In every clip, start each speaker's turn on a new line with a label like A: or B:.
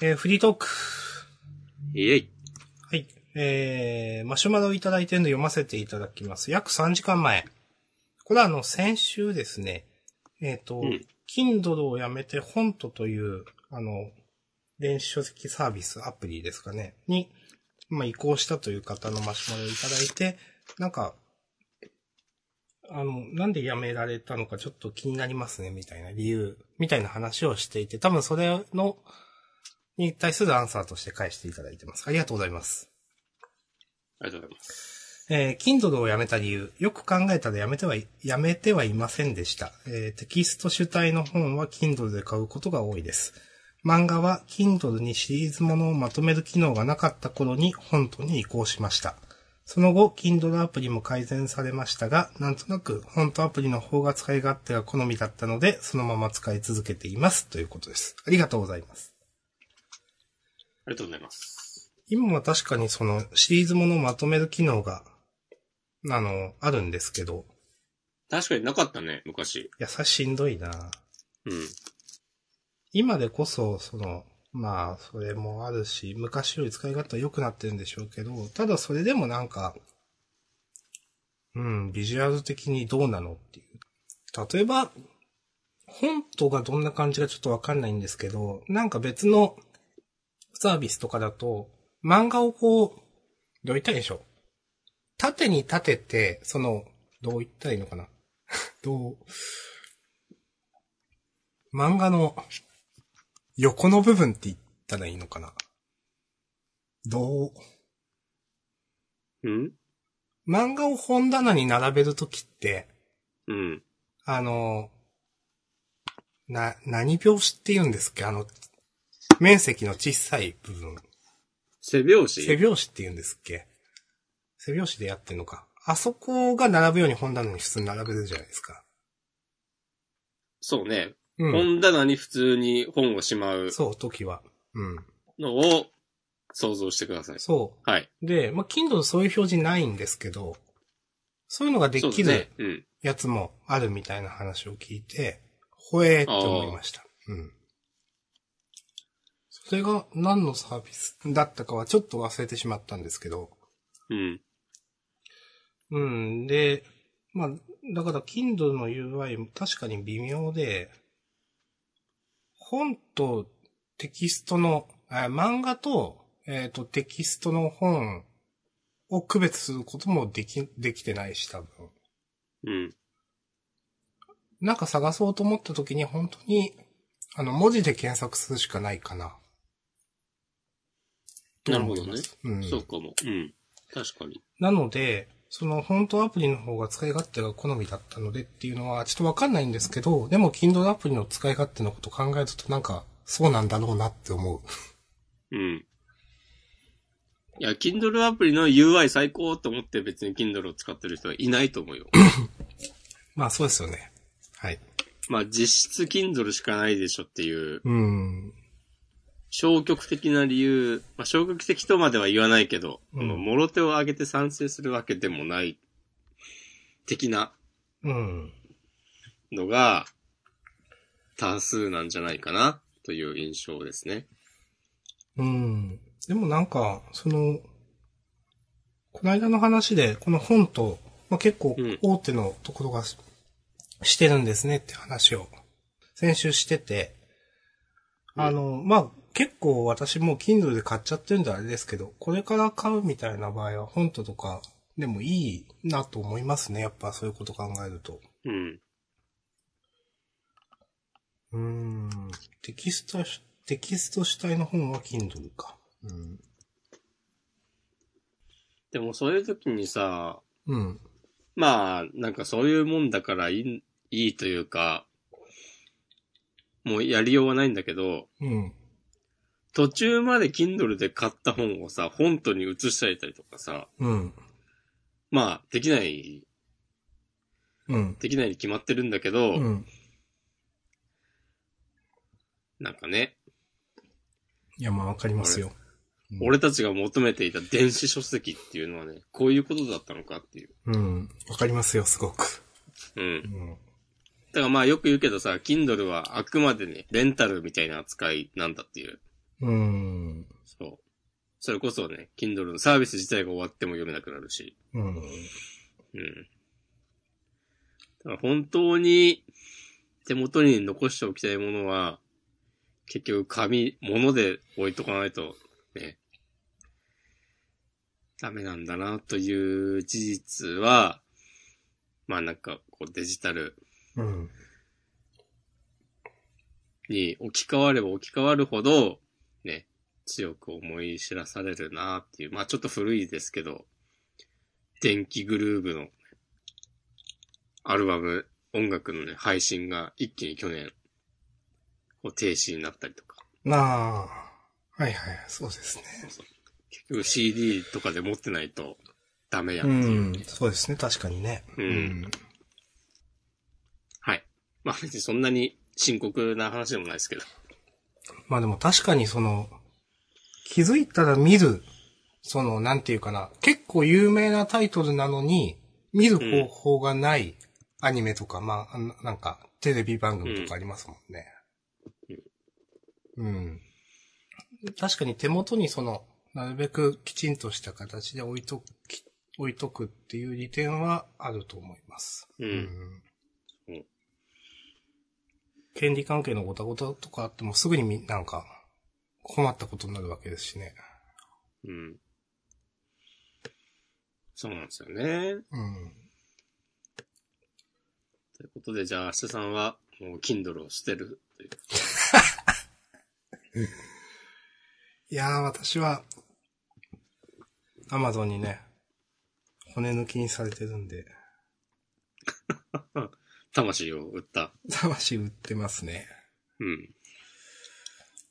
A: えーフリートーク。
B: イエイ。
A: はい。えー、マシュマロをいただいてるの読ませていただきます。約3時間前。これはあの、先週ですね。えっ、と、
B: うん
A: Kindle をやめて本とという、あの、電子書籍サービス、アプリですかね、に、まあ、移行したという方のマシュマロをいただいて、なんか、あの、なんでやめられたのかちょっと気になりますね、みたいな理由、みたいな話をしていて、多分それの、に対するアンサーとして返していただいてます。ありがとうございます。
B: ありがとうございます。
A: えー Kindle をやめた理由。よく考えたらやめてはい、やめてはいませんでした。えーテキスト主体の本は Kindle で買うことが多いです。漫画は Kindle にシリーズものをまとめる機能がなかった頃に本当に移行しました。その後、Kindle アプリも改善されましたが、なんとなく本とアプリの方が使い勝手が好みだったので、そのまま使い続けています。ということです。ありがとうございます。
B: ありがとうございます。
A: 今は確かにそのシリーズものをまとめる機能が、あの、あるんですけど、
B: 確かになかったね、昔。
A: いや、さしんどいな
B: うん。
A: 今でこそ、その、まあ、それもあるし、昔より使い勝手は良くなってるんでしょうけど、ただそれでもなんか、うん、ビジュアル的にどうなのっていう。例えば、本とがどんな感じかちょっとわかんないんですけど、なんか別のサービスとかだと、漫画をこう、どう言ったらいいんでしょう。縦に立てて、その、どう言ったらいいのかな。 どう、漫画の横の部分って言ったらいいのかな。どう
B: うん
A: 漫画を本棚に並べるときって、
B: うん。
A: あの、な、何拍子って言うんですっけあの、面積の小さい部分。
B: 背拍子
A: 背拍子って言うんですっけ背拍子でやってんのか。あそこが並ぶように本棚に普通に並べるじゃないですか。
B: そうね。
A: うん。
B: 本棚に普通に本をしまう
A: そう、時は。うん。
B: のを想像してください。
A: そう。
B: はい。
A: で、まあ、Kindle そういう表示ないんですけど、そういうのがで
B: そう
A: き
B: す
A: る
B: ね。うん。
A: やつもあるみたいな話を聞いて、ほえーって思いました。うん。それが何のサービスだったかはちょっと忘れてしまったんですけど、
B: うん。
A: うん。で、まあ、だから Kindle の UI も確かに微妙で、本とテキストの、あ漫画と、えっ、と、テキストの本を区別することもでき、できてないし、多分。
B: うん。
A: なんか探そうと思った時に本当に、あの、文字で検索するしかないかな。と思ってます。うん。
B: そうかも。うん。確かに。
A: なので、そのフォントアプリの方が使い勝手が好みだったのでっていうのはちょっとわかんないんですけど、でも Kindle アプリの使い勝手のこと考えるとなんかそうなんだろうなって思う。
B: うん。いや、Kindle アプリの UI 最高と思って別に Kindle を使ってる人はいないと思うよ。
A: まあそうですよね。はい。
B: まあ実質 Kindle しかないでしょっていう、
A: うん。
B: 消極的な理由、まあ消極的とまでは言わないけど、
A: うん
B: このもろ手を挙げて賛成するわけでもない、的な
A: うん。
B: のが、多数なんじゃないかな、という印象ですね。
A: うん。でもなんか、その、この間の話で、この本と、まあ、結構
B: うん
A: 大手のところがししてるんですねって話を先週してて、
B: うん
A: あの、まあ、結構私もう Kindle で買っちゃってるんであれですけど、これから買うみたいな場合は本ととかでもいいなと思いますね。やっぱそういうこと考えると。
B: うん。
A: うーん。テキスト、テキスト主体の本は Kindle か。うん。
B: でもそういう時にさ、
A: うん。
B: まあ、なんかそういうもんだからいい、いいというか、もうやりようはないんだけど、
A: うん。
B: 途中まで Kindle で買った本をさ、本当に移しちゃいたりとかさ、
A: うん。
B: まあ、できない、
A: うん。
B: できないに決まってるんだけど、
A: うん。
B: なんかね、
A: いや、まあわかりますよ。うん
B: 俺たちが求めていた電子書籍っていうのはね、こういうことだったのかっていう。
A: うん。わかりますよ、すごく。
B: うん
A: う。ん。
B: だからまあよく言うけどさ、Kindle はあくまでね、レンタルみたいな扱いなんだっていう。
A: うん。
B: そう。それこそね、Kindle のサービス自体が終わっても読めなくなるし。
A: うん。
B: うん。だから本当に手元に残しておきたいものは、結局紙、物で置いとかないとね、ダメなんだなという事実は、まあなんかこうデジタル
A: うん。
B: に置き換われば置き換わるほど、ね、強く思い知らされるなっていう、まあちょっと古いですけど、電気グルーヴのアルバム、音楽のね、配信が一気に去年、こう停止になったりとか、
A: なあ。はいはい、そうですね。
B: 結局 CD とかで持ってないとダメやっ
A: う
B: ていう。
A: ん。そうですね、確かにね。
B: うんはい。まあ別にそんなに深刻な話でもないですけど。
A: まあでも確かにその、気づいたら見る、その、なんていうかな、結構有名なタイトルなのに、見る方法がないアニメとか、まああの、なんか、テレビ番組とかありますもんね。うん。確かに手元にその、なるべくきちんとした形で置いとき、置いとくっていう利点はあると思います。
B: うん
A: うん
B: うん
A: 権利関係のごたごたとかあってもすぐにみなんか困ったことになるわけですしね。
B: うん。そうなんですよね。
A: うん。
B: ということで、じゃあ、明日さんは、もう、Kindle を捨てるという。
A: いやー、私は、アマゾンにね、骨抜きにされてるんで、
B: 魂を売った。
A: 魂売ってますね。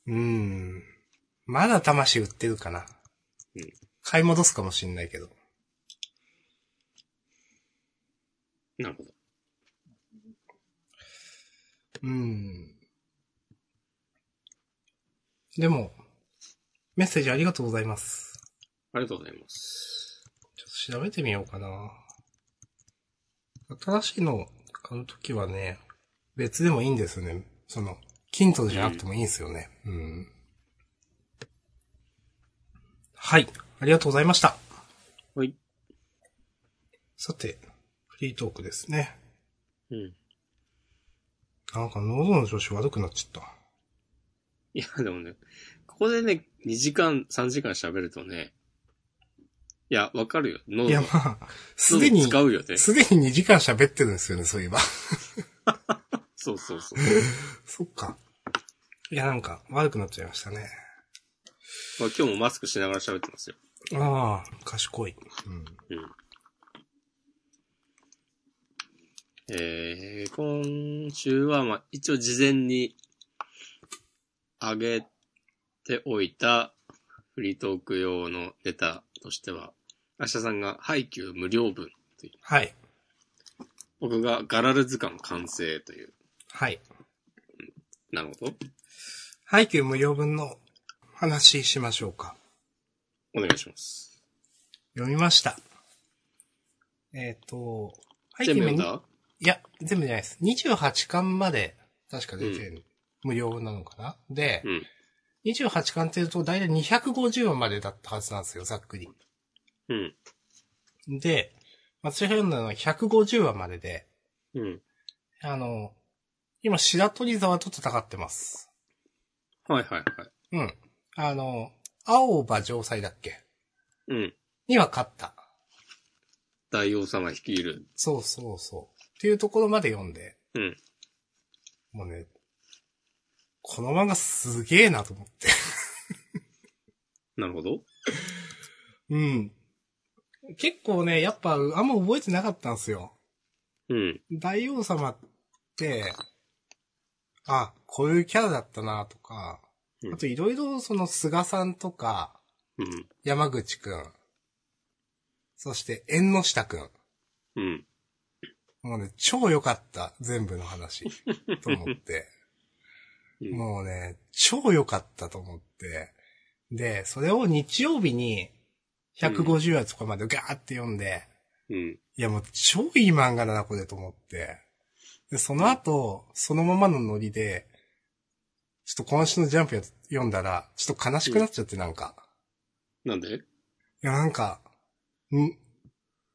B: うん。
A: うん。まだ魂売ってるかな。
B: うん
A: 買い戻すかもしんないけど。
B: なるほど。
A: うん。でも、メッセージありがとうございます。
B: ありがとうございます。
A: ちょっと調べてみようかな。新しいのを買うときはね、別でもいいんですよね。その、Kindle じゃなくてもいいんですよね。うん。はい。ありがとうございました。
B: はい。
A: さて、フリートークですね。
B: うん。
A: なんか喉の調子悪くなっちゃっ
B: いや、でもね、ここでね、2時間、3時間喋るとね、いや、わかるよ。
A: た。
B: 脳
A: いや、まあ、すでに、
B: 使うよね。
A: すでに2時間喋ってるんですよね、そういえば。
B: そうそうそ
A: そっか。いや、なんか悪くなっちゃいましたね。
B: う。まあ、今日もマスクしながら喋ってますよ。
A: ああ、賢い。うん。
B: えー、今週は、まあ、一応事前に上げておいたフリートーク用のネタとしては、明日さんが配給無料分、
A: はい。
B: 僕がガラル図鑑完成という、
A: はい。
B: なるほど。
A: 配給無料分の話しましょうか。
B: お願いします。
A: 読みました。えっ、と、配
B: 全部
A: 無
B: 読ん
A: に
B: だ
A: いや、全部じゃないです。28巻まで、確か出てる。無料なのかなで
B: う、ん。
A: 28巻って言うと、だいたい250話までだったはずなんですよ、ざっくり。
B: うん。
A: で、私が読んだのは150話までで、
B: うん。
A: あの、今、白鳥沢と戦ってます。
B: はいはいはい。
A: うん。あの、青葉城塞だっけ
B: うん。
A: には勝った。
B: 大王様率いる。
A: そうそうそう。っていうところまで読んで、
B: うん。
A: もうね、この漫画すげえなと思って。
B: なるほど。
A: うん。結構ね、やっぱあんま覚えてなかったんですよ。
B: うん。
A: 大王様って、あ、こういうキャラだったなとか
B: う、ん
A: あといろいろその菅さんとか、
B: うん。
A: 山口くん、そして縁の下くん。
B: うん。
A: もうね、超良かった。全部の 話。と思って。
B: うん
A: もうね、超良かったと思って。で、それを日曜日に150話とかまでガーって読んで、
B: うん。
A: いやもう超いい漫画だな、これと思って。で、その後、そのままのノリで、ちょっと今週のジャンプや読んだら、ちょっと悲しくなっちゃってなんか。
B: なんで
A: いや、なんか、ん、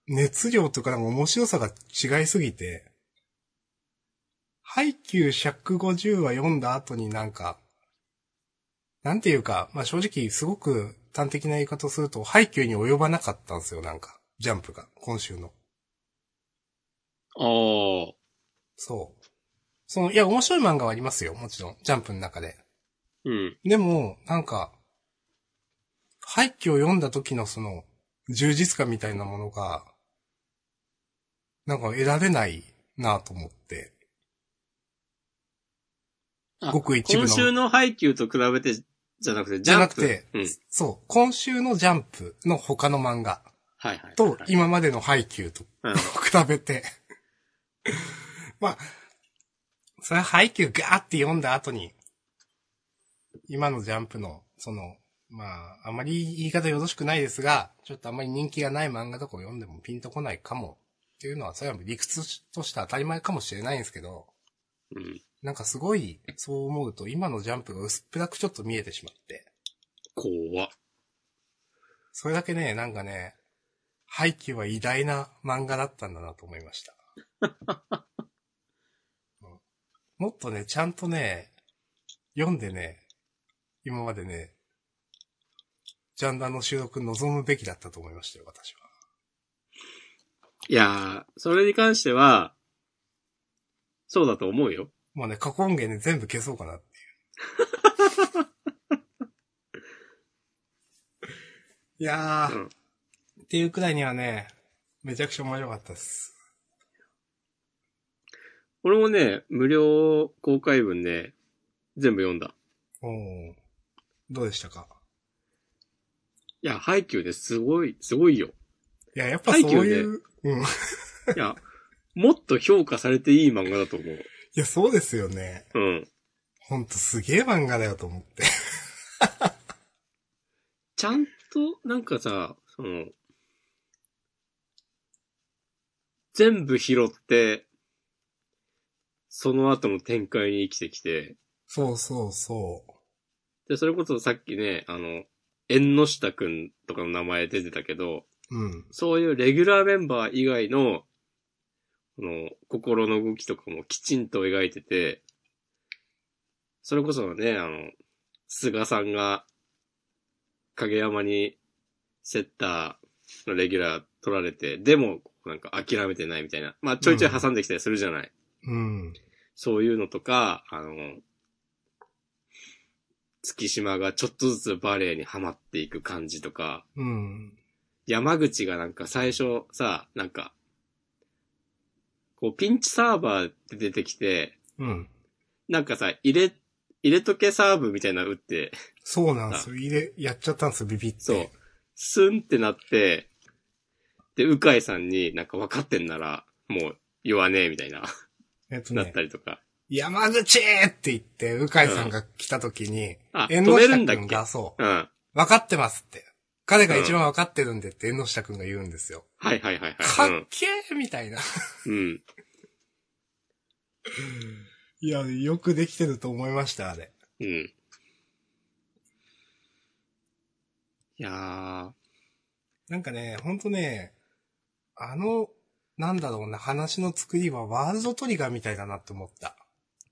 A: 熱量とかなんか面白さが違いすぎて、ハイキュー150は読んだ後になんか、なんていうか、まあ、正直すごく端的な言い方をすると、ハイキューに及ばなかったんですよ、なんか。ジャンプが、今週の。
B: ああ、
A: そう。その、いや、面白い漫画はありますよ、もちろん。ジャンプの中で。
B: うん。
A: でも、なんか、廃棄を読んだ時のその、充実感みたいなものが、なんか得られないなと思って。
B: あ
A: ごく一部の
B: 今週の配給と比べて、じゃなくて、ジャンプ。
A: ゃなくて
B: うん。
A: そう、今週のジャンプの他の漫画
B: はいはい。
A: と
B: はい、
A: 今までの配給と
B: うん。
A: 比べて。 まあ、それは配給ガーって読んだ後に、今のジャンプの、その、まあ、あまり言い方よろしくないですが、ちょっとあまり人気がない漫画とかを読んでもピンとこないかもっていうのは、それは理屈として当たり前かもしれないんですけど、
B: うん。
A: なんかすごい、そう思うと今のジャンプが薄っぺらくちょっと見えてしまって、
B: 怖っ
A: それだけね、なんかね、配給は偉大な漫画だったんだなと思いま した。うんもっとね、ちゃんとね、読んでね、今までね、ジャンダンの収録望むべきだったと思いましたよ、私は。
B: いやー、それに関しては、そうだと思うよ。
A: もうね、過去音源で全部消そうかなって いう。いやー、
B: うん
A: っていうくらいにはね、めちゃくちゃ面白かったです。
B: 俺もね、無料公開分で、全部読んだ。
A: おーどうでしたか
B: いや、配給ですごい、すごいよ。
A: いや、やっぱそういう、うん。い
B: いや、もっと評価されていい漫画だと思う。
A: や、そうですよね。
B: うん。
A: ほんとすげえ漫画だよと思って。
B: ちゃんと、なんかさ、その、全部拾って、その後の展開に生きてきて、
A: そうそうそう。
B: で、それこそさっきね、あの、縁の下くんとかの名前出てたけど、
A: うん。
B: そういうレギュラーメンバー以外の、この、心の動きとかもきちんと描いてて、それこそね、あの、菅さんが、影山に、セッターのレギュラー取られて、でも、なんか諦めてないみたいな。まあ、ちょいちょい挟んできたりするじゃない。
A: うん。
B: そういうのとか、あの、月島がちょっとずつバレエにはまっていく感じとか、
A: うん。
B: 山口がなんか最初さ、なんか、こうピンチサーバーって出てきて、
A: うん。
B: なんかさ、入れ、入れとけサーブみたいなの打って、
A: そうなんですよ。入れ、やっちゃったんですよ、ビビって。
B: そう。、スンってなって、で、うかいさんになんか分かってんなら、もう言わねえみたいな、
A: えっと
B: な
A: ね
B: っ。たりとか。
A: 山口って言って、うかいさんが来た時に、
B: あ、
A: 縁
B: 止
A: の
B: め
A: 下
B: るんだっ
A: 君
B: け
A: が、そう
B: うん。はい、
A: 分かってますって。彼が一番分かってるんでって縁の下君が言うんですよ。
B: はいはいはい。
A: かっけーみたいな。
B: うん。うん。
A: いや、よくできてると思いました、あれ。
B: うん。いやー、
A: なんかね、ほんとね、あの、なんだろうな、話の作りはワールドトリガーみたいだなって思った。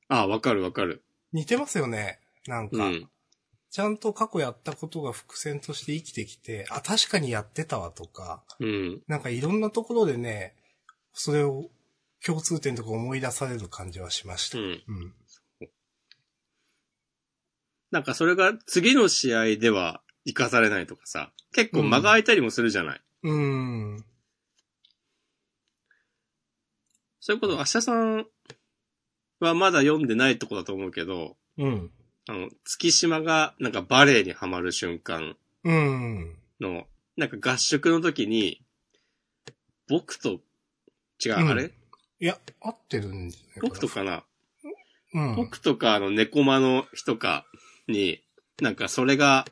B: あ、わかるわかる。
A: 似てますよね。なん
B: う
A: か、
B: ん。
A: ちゃんと過去やったことが伏線として生きてきて、あ、確かにやってたわとか、
B: うん。
A: なんかいろんなところでね、それを共通点とか思い出される感じはしまし
B: う
A: た。
B: ん。
A: うん。
B: なんかそれが次の試合では活かされないとかさ、結構間が空いたりもするじゃない。
A: うん。
B: そういうこと、明日さんはまだ読んでないとこだと思うけど、
A: うん。
B: あの、月島がなんかバレエにはまる瞬間
A: うん。
B: の、なんか合宿の時に、僕と、違う、
A: うん
B: あれ
A: いや、合ってるんじゃない
B: 僕とかな、
A: うん。
B: 僕とかあの猫間の人かに、なんかそれが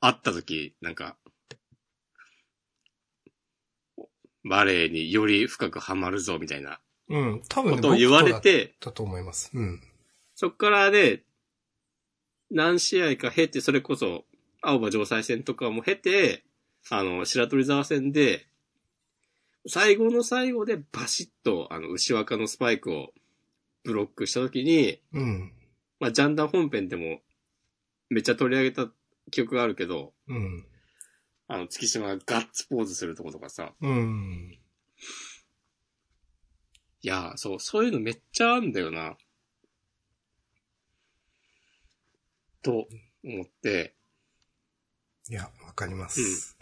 B: あった時、なんか、バレエにより深くハマるぞみたいな
A: うん。多分
B: こ
A: ね、
B: とを言われ
A: 僕とだ
B: て、
A: ったと思います。うん。
B: そっからで、何試合か経て、それこそ、青葉城西戦とかも経て、あの、白鳥沢戦で、最後の最後でバシッと、あの、牛若のスパイクをブロックした時に、
A: うん。
B: まあ、ジャンダン本編でも、めっちゃ取り上げた記憶があるけど、
A: うん。
B: あの、月島がガッツポーズするとことかさ、
A: うん。
B: いやー、そう、そういうのめっちゃあんだよな。と思って、
A: いや、わかります。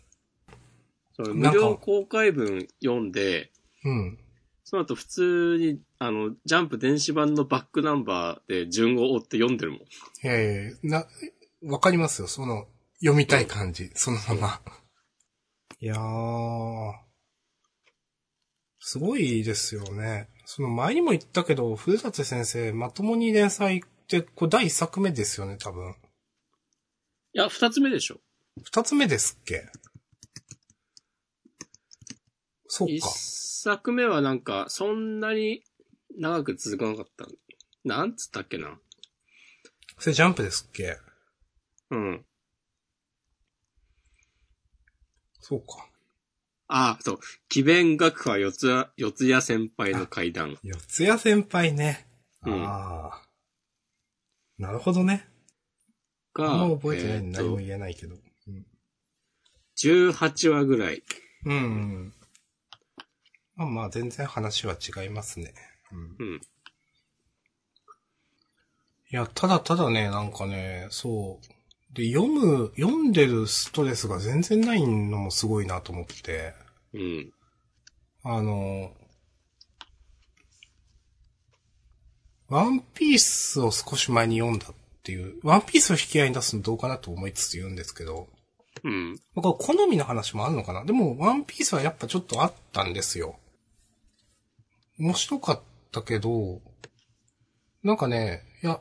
B: そ
A: な
B: の無
A: んか
B: 料公開文読んで、
A: うん。
B: その後普通に、あの、ジャンプ電子版のバックナンバーで順を追って読んでるもん。
A: ええな、わかりますよ。その、読みたい感じ、そのまま。いやー、すごいですよね。その前にも言ったけど、古舘先生、まともに連載って、これ第一作目ですよね、多分。
B: いや、二つ目でしょ。
A: 二つ目ですっけそう
B: 一
A: か。
B: 作目はなんか、そんなに長く続かなかった。なんつったっけな。
A: それジャンプですっけ
B: うん。
A: そうか。
B: あ、そう。奇弁学派四つや、四つ谷先輩の階段。
A: 四谷先輩ね。
B: うん
A: ああ。なるほどね。
B: が、
A: あんま覚えてないんで
B: えー
A: 何
B: と
A: も言えないけど。うん
B: 18話ぐらい。
A: うんうん。まあまあ、全然話は違いますね。うん。
B: うん。
A: いや、ただただね、なんかね、そう。で、読む、読んでるストレスが全然ないのもすごいなと思って。
B: うん。
A: あの、ワンピースを少し前に読んだっていう、ワンピースを引き合いに出すのどうかなと思いつつ言うんですけど、
B: うん。
A: まあこれ好みの話もあるのかなでも、ワンピースはやっぱちょっとあったんですよ。面白かったけど、なんかね、いや、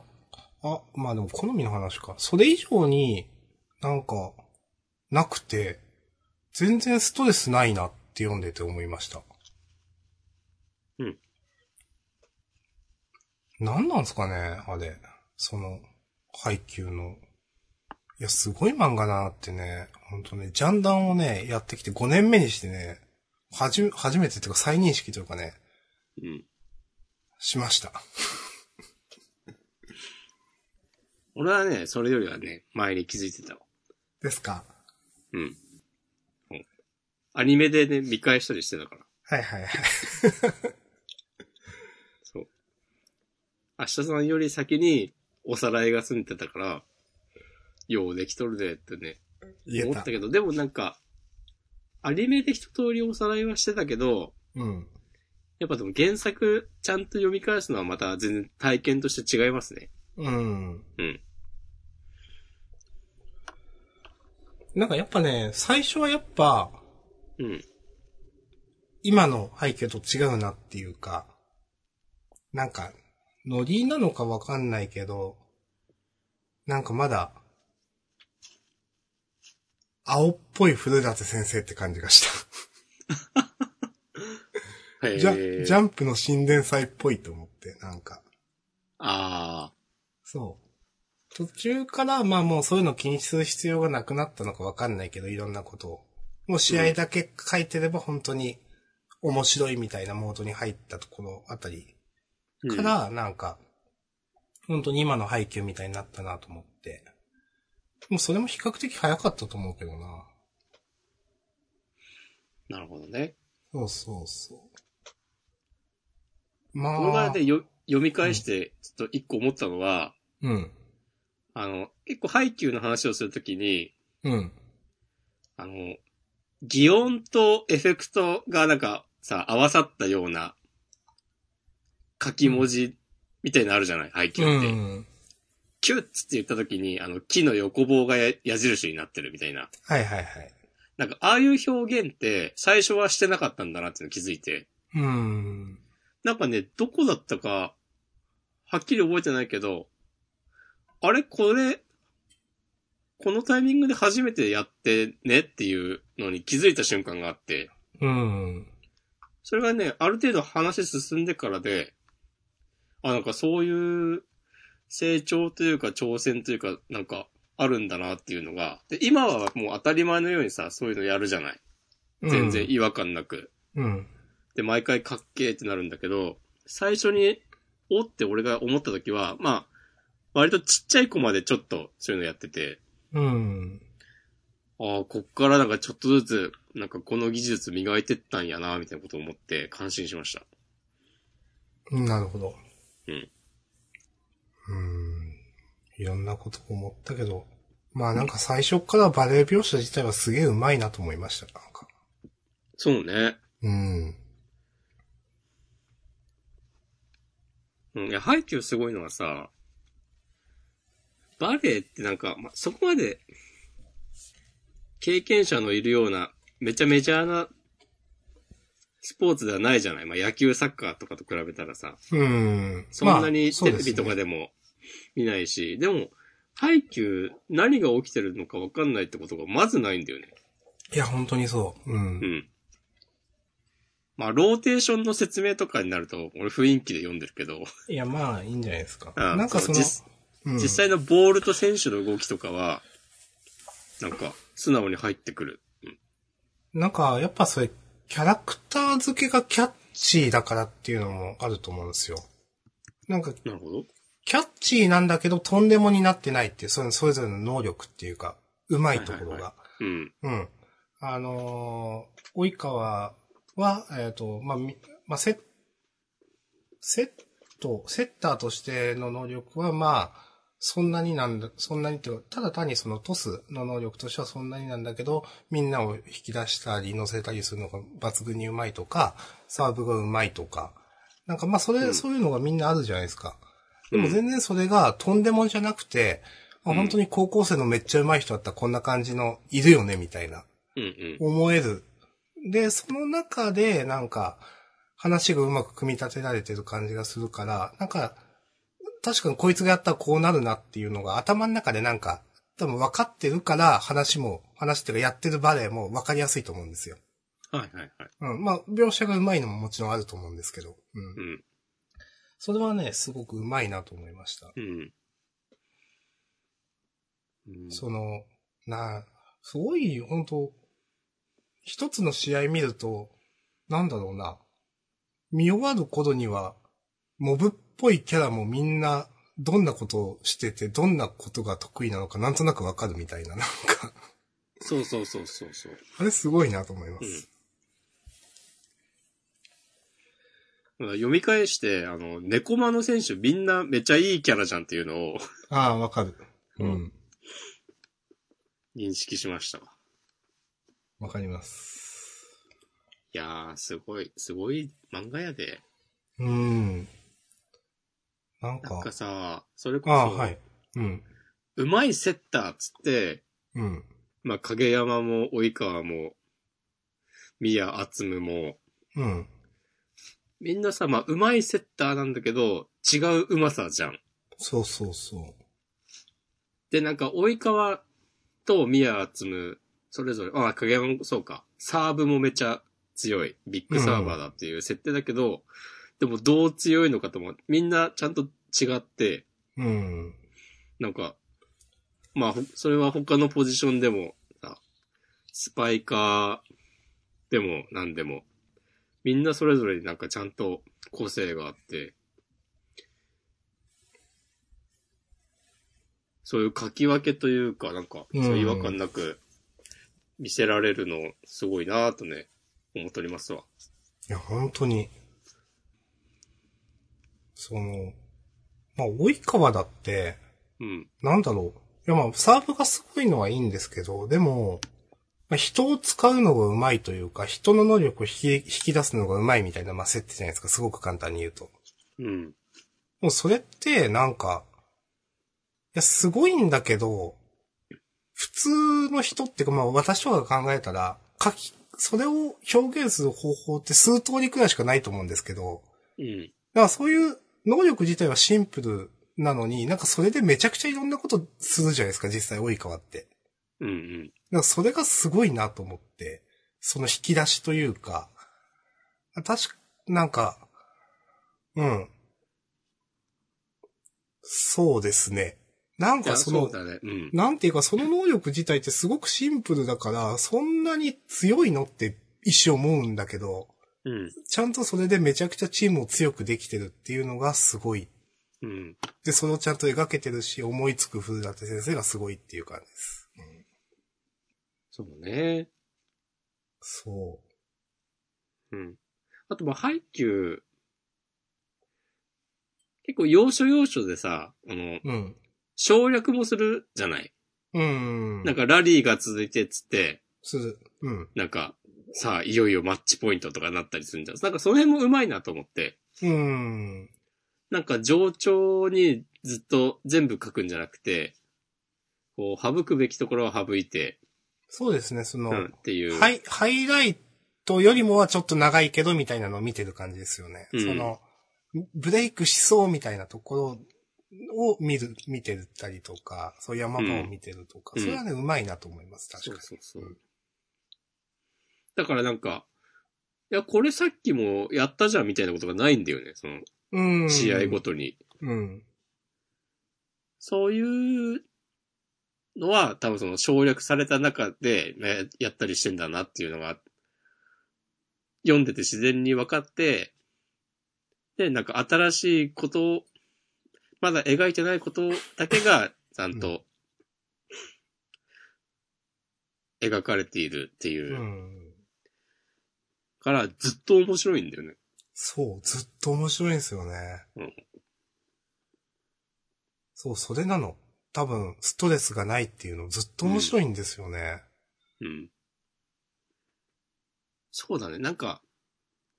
A: あ、まあでも好みの話か。それ以上になんか、なくて、全然ストレスないなって読んでて思いました。
B: うん。
A: なんなんすかね、あれ。その、配給の。いや、すごい漫画だなってね、ほんとね、ジャンダンをね、やってきて5年目にしてね、はじめ、初めてっていうか再認識というかね、
B: うん。
A: しました。
B: 俺はね、それよりはね、前に気づいてたわ。
A: ですか
B: うん。うんアニメでね、見返したりしてたから。
A: はいはいはい。
B: そう。明日さんより先におさらいが済んでたから、ようできとるでってね、
A: 言
B: 思
A: え
B: っ
A: た。
B: たけど、でもなんか、アニメで一通りおさらいはしてたけど、
A: うん。
B: やっぱでも原作ちゃんと読み返すのはまた全然体験として違いますね。
A: うん。
B: うん。
A: なんかやっぱね、最初はやっぱ、
B: うん。
A: 今の背景と違うなっていうか、なんか、ノリなのかわかんないけど、なんかまだ、青っぽい古舘先生って感じがした。
B: はい。
A: ジャジャンプの神殿祭っぽいと思って、なんか。
B: あ
A: そう。途中から、まあもうそういうの気にする必要がなくなったのかわかんないけど、いろんなことを。もう試合だけ書いてれば本当に面白いみたいなモードに入ったところあたり
B: あ。うん
A: から、なんか、本当に今の配給みたいになったなと思って。もうそれも比較的早かったと思うけどな。
B: なるほどね。
A: そうそうそう。まあ。
B: この場合でよ読み返して、ちょっと一個思ったのは、
A: うん。
B: あの、結構配給の話をするときに、
A: うん。
B: あの、擬音とエフェクトがなんかさ、合わさったような書き文字みたいなのあるじゃない配給
A: う
B: って。
A: ん。
B: キュッつって言ったときに、あの、木の横棒がや矢印になってるみたいな。
A: はいはいはい。
B: なんか、ああいう表現って最初はしてなかったんだなっていうの気づいて。
A: うん。
B: なんかね、どこだったか、はっきり覚えてないけど、あれこれ、このタイミングで初めてやってねっていうのに気づいた瞬間があって、
A: うん。
B: それがね、ある程度話進んでからで、あ、なんかそういう成長というか挑戦というか、なんか、あるんだなっていうのが、で、今はもう当たり前のようにさ、そういうのやるじゃない。全然違和感なく。
A: うん。
B: で、毎回かっけーってなるんだけど、最初に、おって俺が思った時は、まあ、割とちっちゃい子までちょっとそういうのやってて、
A: うん。
B: ああ、こっからなんかちょっとずつ、なんかこの技術磨いてったんやな、みたいなことを思って感心しました。
A: うん。なるほど。
B: うん。
A: うん。いろんなこと思ったけど、まあなんか最初からバレエ描写自体はすげえ上手いなと思いました。なんか。
B: そうね。
A: うん。
B: うん。いや、ハイキューすごいのはさ、バレエってなんか、まあ、そこまで、経験者のいるような、めちゃメジャーな、スポーツではないじゃないまあ、野球、サッカーとかと比べたらさ。
A: うん。
B: そんな
A: ま
B: に
A: あそう
B: テレ
A: です
B: ビとか
A: ね
B: でも見ないし、でも、配給、何が起きてるのか分かんないってことがまずないんだよね。
A: いや、本当にそう。う。
B: うんん。まあ、ローテーションの説明とかになると、俺雰囲気で読んでるけど、
A: いや、まあ、いいんじゃないですか。
B: うん
A: なんかその、
B: 実
A: うん
B: 実際のボールと選手の動きとかは、なんか、素直に入ってくる。
A: なんか、やっぱそれ、キャラクター付けがキャッチーだからっていうのもあると思うんですよ。なんか、
B: なるほど。
A: キャッチーなんだけど、とんでもになってないっていう、それそれぞれの能力っていうか、うまいところ
B: はい
A: が
B: は。うん。
A: うん。あのー、及川は、えっ、と、まあ、みまあ、セッ、セット、セッターとしての能力は、まあ、そんなになんだ、そんなにっていうか、ただ単にそのトスの能力としてはそんなになんだけど、みんなを引き出したり乗せたりするのが抜群にうまいとか、サーブがうまいとか、なんかまあそれ、
B: うん
A: そういうのがみんなあるじゃないですか。
B: う
A: で
B: ん
A: も全然それがとんでもんじゃなくて、あ
B: うん
A: 本当に高校生のめっちゃ上手い人だったらこんな感じのいるよね、みたいな。
B: うんうん。
A: 思える。で、その中で、なんか、話がうまく組み立てられてる感じがするから、なんか、確かにこいつがやったらこうなるなっていうのが頭の中でなんか、多分分かってるから話も、話っていうかやってるバレエも分かりやすいと思うんですよ。
B: はいはいはい。
A: うん。まあ、描写がうまいのももちろんあると思うんですけど。う。
B: うんん。
A: それはね、すごくうまいなと思いました。
B: うん。うん
A: その、な、すごい、本当一つの試合見ると、なんだろうな、見終わる頃には、モブっぽいキャラもみんな、どんなことをしてて、どんなことが得意なのか、なんとなくわかるみたいな、 なんか、
B: そうそうそうそうそう。
A: あれすごいなと思いま
B: う
A: す。
B: ん。読み返して、あの、猫間の選手みんなめちゃいいキャラじゃんっていうのを
A: ああ、わかる。う
B: うん
A: ん。
B: 認識しましたわ。
A: わかります。
B: いやー、すごい、すごい漫画やで。
A: うん。なん
B: なん
A: か
B: か、さ、それこ
A: ああ、
B: そ、
A: はい。うん。
B: うまいセッターっつって、
A: うん。
B: まあ、影山も及川も、宮厚夢も、
A: うん。
B: みんなさ、まあ、うまいセッターなんだけど、違ううまさじゃん。
A: そうそうそう。
B: で、なんか、及川と宮厚む、それぞれ、あ、影山もそうか、サーブもめちゃ強い、ビッグサーバーだっていう設定だけど、でもどう強いのかとも、みんなちゃんと違って、
A: うん。
B: なんか、まあ、ほそれは他のポジションでも、あスパイカーでも何でも、みんなそれぞれになんかちゃんと個性があって、そういう書き分けというか、なんか、そ
A: う
B: う
A: ん
B: いう違和感なく見せられるの、すごいなぁとね、思っておりますわ。
A: いや、本当に。その、まあ、及川だって、
B: うん。
A: なんだろう。いや、まあ、サーブがすごいのはいいんですけど、でも、まあ、人を使うのがうまいというか、人の能力を引き引き出すのがうまいみたいな、まあ、設定じゃないですか。すごく簡単に言うと。
B: うん。
A: もうそれって、なんか、いや、すごいんだけど、普通の人っていうか、まあ私とかが考えたら、書き、それを表現する方法って数通りくらいしかないと思うんですけど、
B: うん。
A: だからそういう能力自体はシンプルなのに、なんかそれでめちゃくちゃいろんなことするじゃないですか、実際、及川って。
B: うんうん。
A: なんかそれがすごいなと思って、その引き出しというか、確か、なんか、うん。そうですね。なん
B: いや
A: かそ
B: そ
A: の
B: う、だね。うん。
A: なんていうかその能力自体ってすごくシンプルだから、そんなに強いのって一瞬思うんだけど、
B: うん。
A: ちゃんとそれでめちゃくちゃチームを強くできてるっていうのがすごい。
B: うん。
A: で、それをちゃんと描けてるし、思いつく古舘先生がすごいっていう感じです。うん
B: そうね。
A: そ
B: うん。あと、まあ、配給、結構要所要所でさ、あの、
A: う。うん。
B: 省略もするじゃない。
A: うん。
B: なん、かラリーが続いてっつって、
A: する。うん。
B: なんか、さあ、いよいよマッチポイントとかなったりするんじゃん。なんかその辺もうまいなと思って。
A: うん。
B: なんか上長にずっと全部書くんじゃなくて、こう、省くべきところは省いて、
A: そうですね、その、
B: うん、っていう。
A: ハイ、ハイライトよりもはちょっと長いけどみたいなのを見てる感じですよね。
B: うん
A: その、ブレイクしそうみたいなところを見る、見てたりとか、そういう山場を見てるとか、
B: うん
A: それはね、うまいなと思います、確
B: そ
A: か
B: う
A: に。
B: そうそう。だからなんか、いや、これさっきもやったじゃんみたいなことがないんだよね。その、
A: うん。
B: 試合ごとに。
A: うん。
B: そういうのは、多分その省略された中で、ね、やったりしてんだなっていうのが、読んでて自然に分かって、で、なんか新しいことを、まだ描いてないことだけが、ちゃんと、描かれているっていうう、
A: ん。
B: からずっと面白いんだよね。
A: そう、ずっと面白いんですよね。
B: うん
A: そう、それなの。多分、ストレスがないっていうの、ずっと面白いんですよね。
B: うん。そうだね。なんか、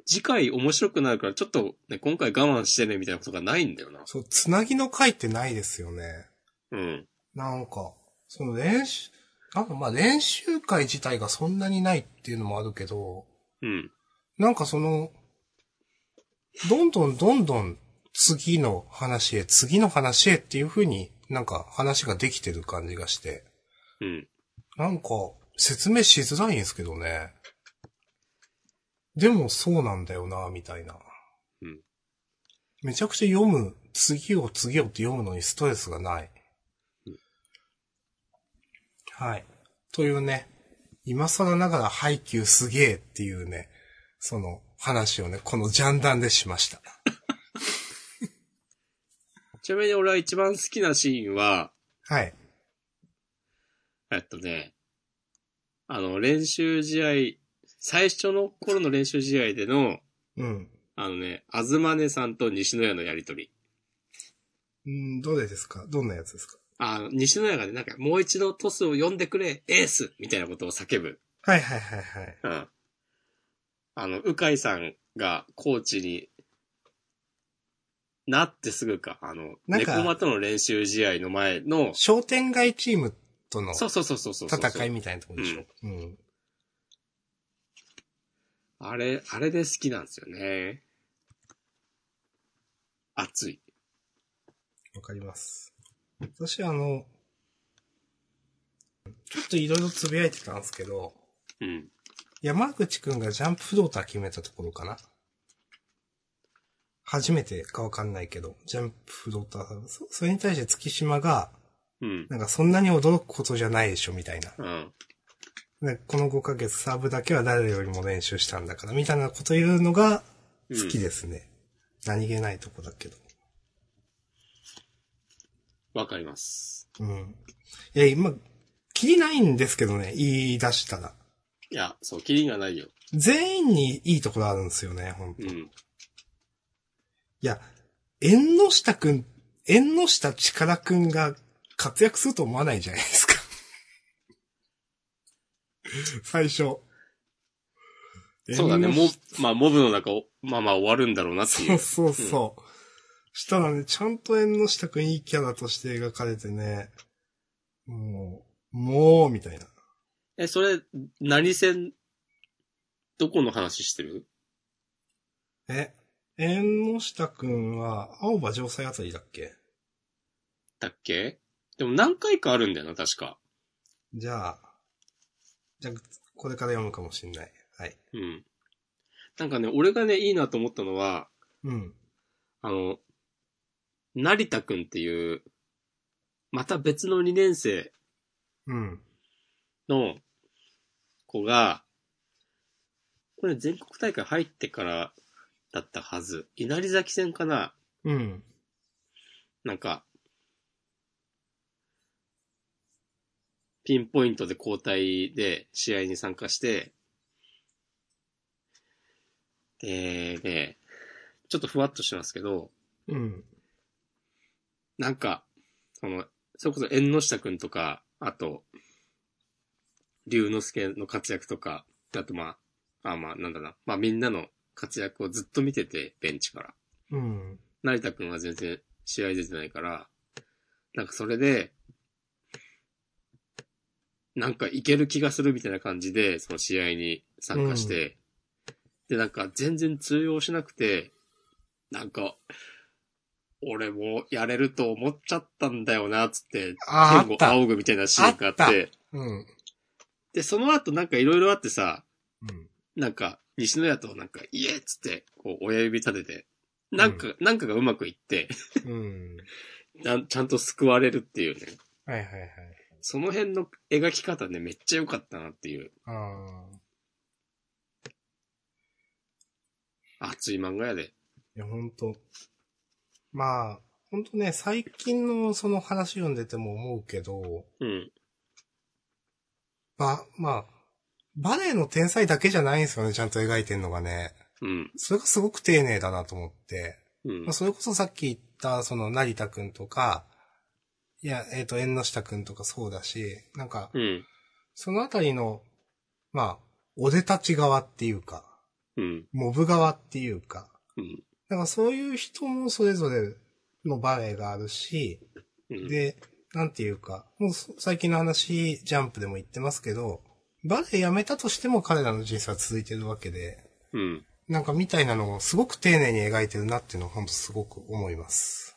B: 次回面白くなるから、ちょっとね、今回我慢してね、みたいなことがないんだよな。
A: そう、つなぎの回ってないですよね。
B: うん。
A: なんか、その練習、なんかまあ練習会自体がそんなにないっていうのもあるけど、
B: うん。
A: なんかその、どんどんどんどん次の話へ、次の話へっていう風になんか話ができてる感じがして、
B: うん。
A: なんか説明しづらいんですけどね。でもそうなんだよな、みたいな。
B: うん
A: めちゃくちゃ読む、次を次をって読むのにストレスがない。
B: うん
A: はい。というね、今更ながら配給すげえっていうね、その話をね、このジャンダンでしました。
B: ちなみに俺は一番好きなシーンは、
A: はい。
B: えっとね、あの、練習試合、最初の頃の練習試合での、
A: うん。
B: あのね、あずまねさんと西野屋のやりとり。
A: うん、どれですかどんなやつですか
B: あ、西野屋がね、なんか、もう一度トスを呼んでくれ、エースみたいなことを叫ぶ。
A: はいはいはいはい。
B: うん。あの、うかいさんがコーチになってすぐか、あの、
A: なん
B: ネ
A: か
B: コマとの練習試合の前の、
A: 商店街チームとの
B: そうそうそうそうそうそう。
A: 戦いみたいなとこでしょ。うん。
B: あれ、あれで好きなんですよね。熱い。
A: わかります。私、あの、ちょっといろいろつぶやいてたんですけど、
B: うん。
A: 山口くんがジャンプフローター決めたところかな初めてかわかんないけど、ジャンプフローター、そそれに対して月島が、
B: うん。
A: なんかそんなに驚くことじゃないでしょ、みたいな。
B: うん。
A: でこの5ヶ月サーブだけは誰よりも練習したんだから、みたいなこと言うのが好きですね。何気ないとこだけど。
B: わかります。
A: うん。いや、今、きりないんですけどね、言い出したら。
B: いや、そう、キリがないよ。
A: 全員にいいところあるんですよね、ほんと。
B: う
A: い
B: ん。
A: や、縁の下くん、縁の下力くんが活躍すると思わないじゃないですか。 最初。
B: そうだね。
A: 縁の
B: もう、まあ、モブの中を、まあまあ終わるんだろうなってい
A: そう
B: う。
A: そうそう。したらね、ちゃんと縁の下くんいいキャラとして描かれてね、もう、もう、みたいな。
B: え、それ、何戦、どこの話してる
A: え、縁の下くんは、青葉城西あたりだっけ
B: だっけでも何回かあるんだよな、確か。
A: じゃあ、じゃあ、これから読むかもしんない。はい。
B: うん。なんかね、俺がね、いいなと思ったのは、
A: うん。
B: あの、成田くんっていう、また別の2年生
A: うん。
B: の子が、これ全国大会入ってからだったはず。稲荷崎戦かな
A: うん。
B: なんか、ピンポイントで交代で試合に参加して、で、ね、ちょっとふわっとしてますけど、
A: うん。
B: なんか、その、それこそ縁の下くんとか、あと、龍之介の活躍とか、あとまあ、あまあなんだな、まあみんなの活躍をずっと見てて、ベンチから。
A: うん。
B: 成田くんは全然試合出てないから、なんかそれで、なんかいける気がするみたいな感じで、その試合に参加して、で、なんか全然通用しなくて、なんか、俺もやれると思っちゃったんだよな、つって、
A: あーあ
B: 天
A: っ
B: を
A: た
B: 仰ぐみたいなシーンがあって、
A: あっうん。
B: で、その後なんかいろいろあってさ、
A: うん。
B: なんか、西野屋となんか、いえっつって、こう、親指立てて、なんか、なんかがうまくいって、
A: うん。
B: なちゃんと救われるっていうね。
A: はいはいはい。
B: その辺の描き方ね、めっちゃ良かったなっていう、
A: ああ。
B: 熱い漫画やで。
A: いや、ほんと。まあ、ほんとね、最近のその話読んでても思うけど、
B: うん。
A: まあ、まあ、バレエの天才だけじゃないんですよね、ちゃんと描いてんのがね。
B: うん。
A: それがすごく丁寧だなと思って。
B: うん
A: まあ、。それこそさっき言った、その、成田くんとか、いや、えっ、と、縁の下くんとかそうだし、なんか、
B: うん。
A: そのあたりの、まあ、俺たち側っていうか、
B: うん。
A: モブ側っていうか、
B: うん。
A: なんかそういう人もそれぞれのバレエがあるし、
B: うん。
A: で、なんていうか、もうそ最近の話、ジャンプでも言ってますけど、バレエやめたとしても彼らの人生は続いてるわけで、
B: うん。
A: なんかみたいなのをすごく丁寧に描いてるなっていうのをほんとすごく思います。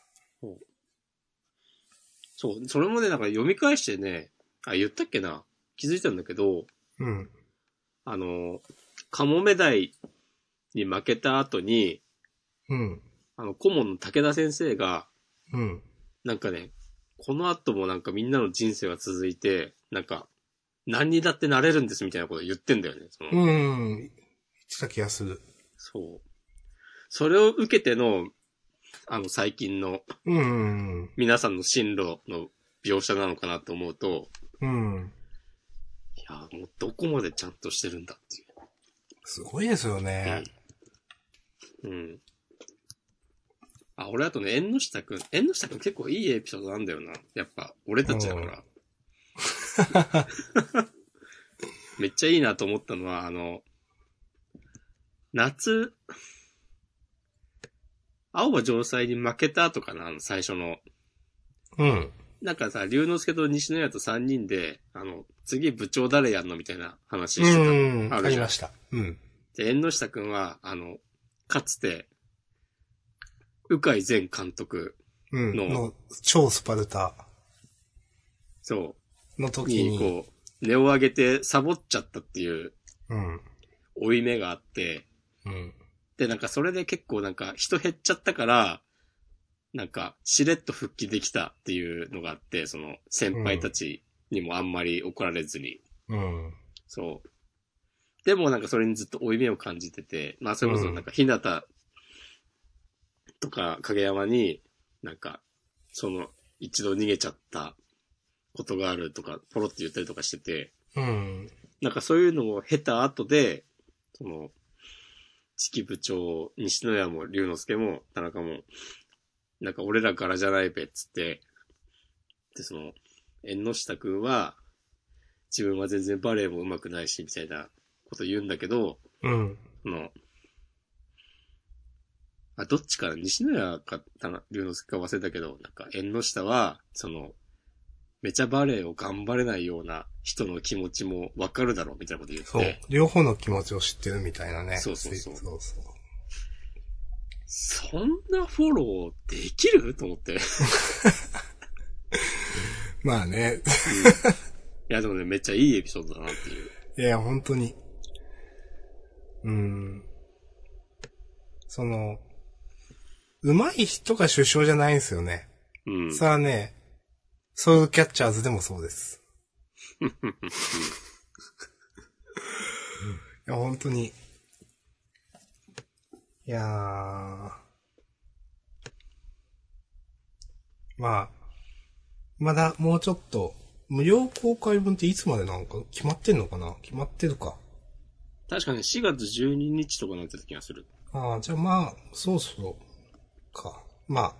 B: そう。それもね、なんか読み返してね、あ、言ったっけな。気づいたんだけど、
A: うん。
B: あの、カモメダイに負けた後に、
A: うん。
B: あの、顧問の武田先生が、
A: うん。
B: なんかね、この後もなんかみんなの人生が続いて、なんか、何にだってなれるんですみたいなこと言ってんだよね。その
A: うん。言ってた気がする。
B: そう。それを受けての、あの、最近の
A: うん。
B: 皆さんの進路の描写なのかなと思うと、
A: うん。
B: いや、もうどこまでちゃんとしてるんだっていう。
A: すごいですよね。
B: うん。あ、俺あとね、縁の下くん。縁の下くん結構いいエピソードなんだよな。やっぱ、俺たち だから。めっちゃいいなと思ったのは、あの、夏、青葉城西に負けた後かな、あの最初の。
A: うん。
B: なんかさ、龍之介と西野屋と3人で、あの、次部長誰やんのみたいな話
A: う
B: して
A: ん。
B: た。あ
A: あ
B: る
A: り
B: じゃん
A: ました。うん。
B: で、縁の下くんは、あの、かつて、鵜飼前監督、
A: うん。
B: の
A: の、超スパルタ
B: そ
A: の
B: う、
A: 時
B: に、
A: に。
B: こう、根を上げてサボっちゃったっていう
A: うん。
B: 追い目があって、
A: うん。
B: で、なんかそれで結構なんか人減っちゃったから、なんか、しれっと復帰できたっていうのがあって、その、先輩たちにもあんまり怒られずに、
A: うん。
B: そう。でもなんかそれにずっと負い目を感じてて、まあそれこそなんか日向とか影山に、なんか、その、一度逃げちゃったことがあるとか、ポロって言ったりとかしてて、
A: うん。
B: なんかそういうのを経た後で、その、指揮部長、西野屋も龍之介も田中も、なんか俺らからじゃないべっつって、で、その、縁の下くんは、自分は全然バレエも上手くないし、みたいなこと言うんだけど、
A: うん。
B: その、あ、どっちかな、西野屋か、田中龍之介か忘れたけど、なんか縁の下は、その、めちゃバレエを頑張れないような人の気持ちもわかるだろう、みたいなこと言って。
A: そう。両方の気持ちを知ってるみたいなね。
B: そうそうそう
A: そうそう
B: そんなフォローできると思って。い
A: まあね。
B: や、でもね、めっちゃいいエピソードだなっていう。
A: いや、本当に。うーん。その、上手い人が首相じゃないんですよね。
B: うん。
A: それはね、ソウルキャッチャーズでもそう です。いや、本当に。いやー。まあ、まだもうちょっと、無料公開分っていつまでなんか決まってんのかな決まってるか。
B: 確かね、4月12日とかなってた気がする。
A: ああ、じゃあまあ、そうそう。か。まあ。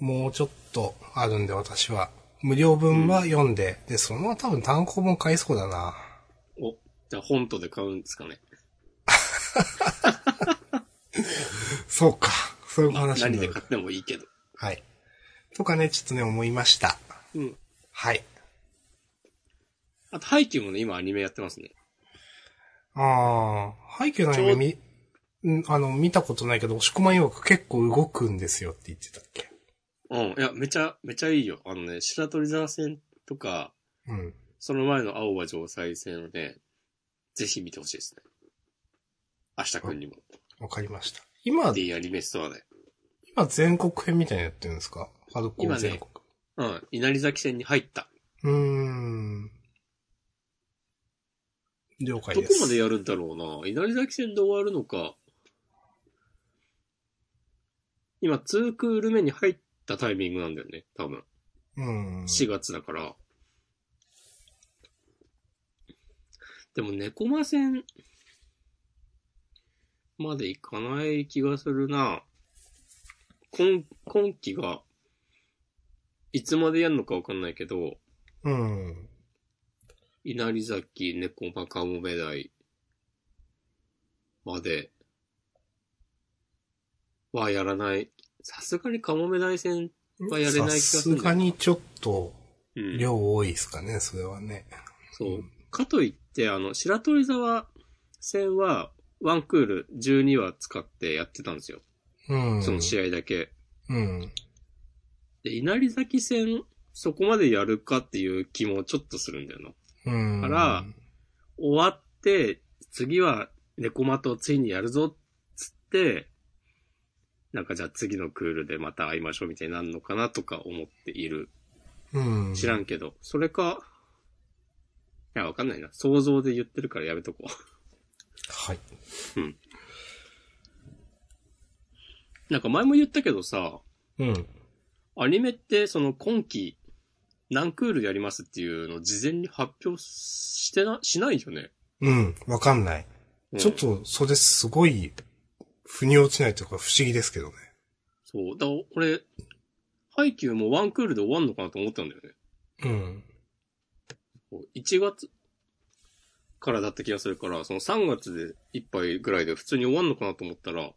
A: もうちょっとあるんで私は。無料分は読んで、で、そのまま多分単行本買いそうだな。
B: お、じゃあ本とで買うんですかね。
A: そうか。そういう
B: まあ
A: 話
B: 何
A: にな
B: で
A: る
B: 買ってもいいけど。
A: はい。とかね、ちょっとね、思いました。
B: うん。
A: はい。
B: あと、ハイキューもね、今アニメやってますね。
A: ああ、背景のアニメ見、うんあの、見たことないけど、押し込まん曰く結構動くんですよって言ってたっけ。
B: うん。いや、めちゃ、めちゃいいよ。あのね、白鳥沢線とか、
A: うん。
B: その前の青葉城西線をね、ぜひ見てほしいですね。明日くんにも。
A: わかりました。今、
B: D アニメストアで。
A: 今全国編みたいなのやってるんですかハルコー
B: 今ね
A: 全国。
B: うん。稲荷崎線に入った。
A: うーん。了解
B: ど
A: で
B: こ
A: す。
B: までやるんだろうな。稲荷崎線で終わるのか。今、2クール目に入ったタイミングなんだよね。多分。
A: うん。
B: 4月だから。でも、猫間線まで行かない気がするな。今、今期が、いつまでやるのかわかんないけど、
A: うん。
B: 稲荷崎、猫間かもめ台まではやらない。さすがにかもめ台線、はやれない気がする
A: さすがにちょっと、
B: うん
A: 量多いですかね、それはね。
B: そう。かといって、あの、白鳥沢線は、ワンクール12話使ってやってたんですよ。
A: うん。
B: その試合だけ。
A: うん。
B: で、稲荷崎線、そこまでやるかっていう気もちょっとするんだよな。
A: うん。
B: から終わって、次は猫マトをついにやるぞっつって、なんかじゃあ次のクールでまた会いましょうみたいになるのかなとか思っている。
A: うん。
B: 知らんけど。それか、いや、わかんないな。想像で言ってるからやめとこ
A: はい。
B: う。 なんか前も言ったけどさ、
A: うん。
B: アニメってその今期何クールやりますっていうのを事前に発表してな、しないよね。
A: うん。わかんない。
B: うん
A: ちょっと、それすごい、腑に落ちないというか不思議ですけどね。
B: そう。だから俺、ハイキューもワンクールで終わんのかなと思ったんだよね。
A: うん。
B: 1月からだった気がするから、その3月で一杯ぐらいで普通に終わんのかなと思ったら、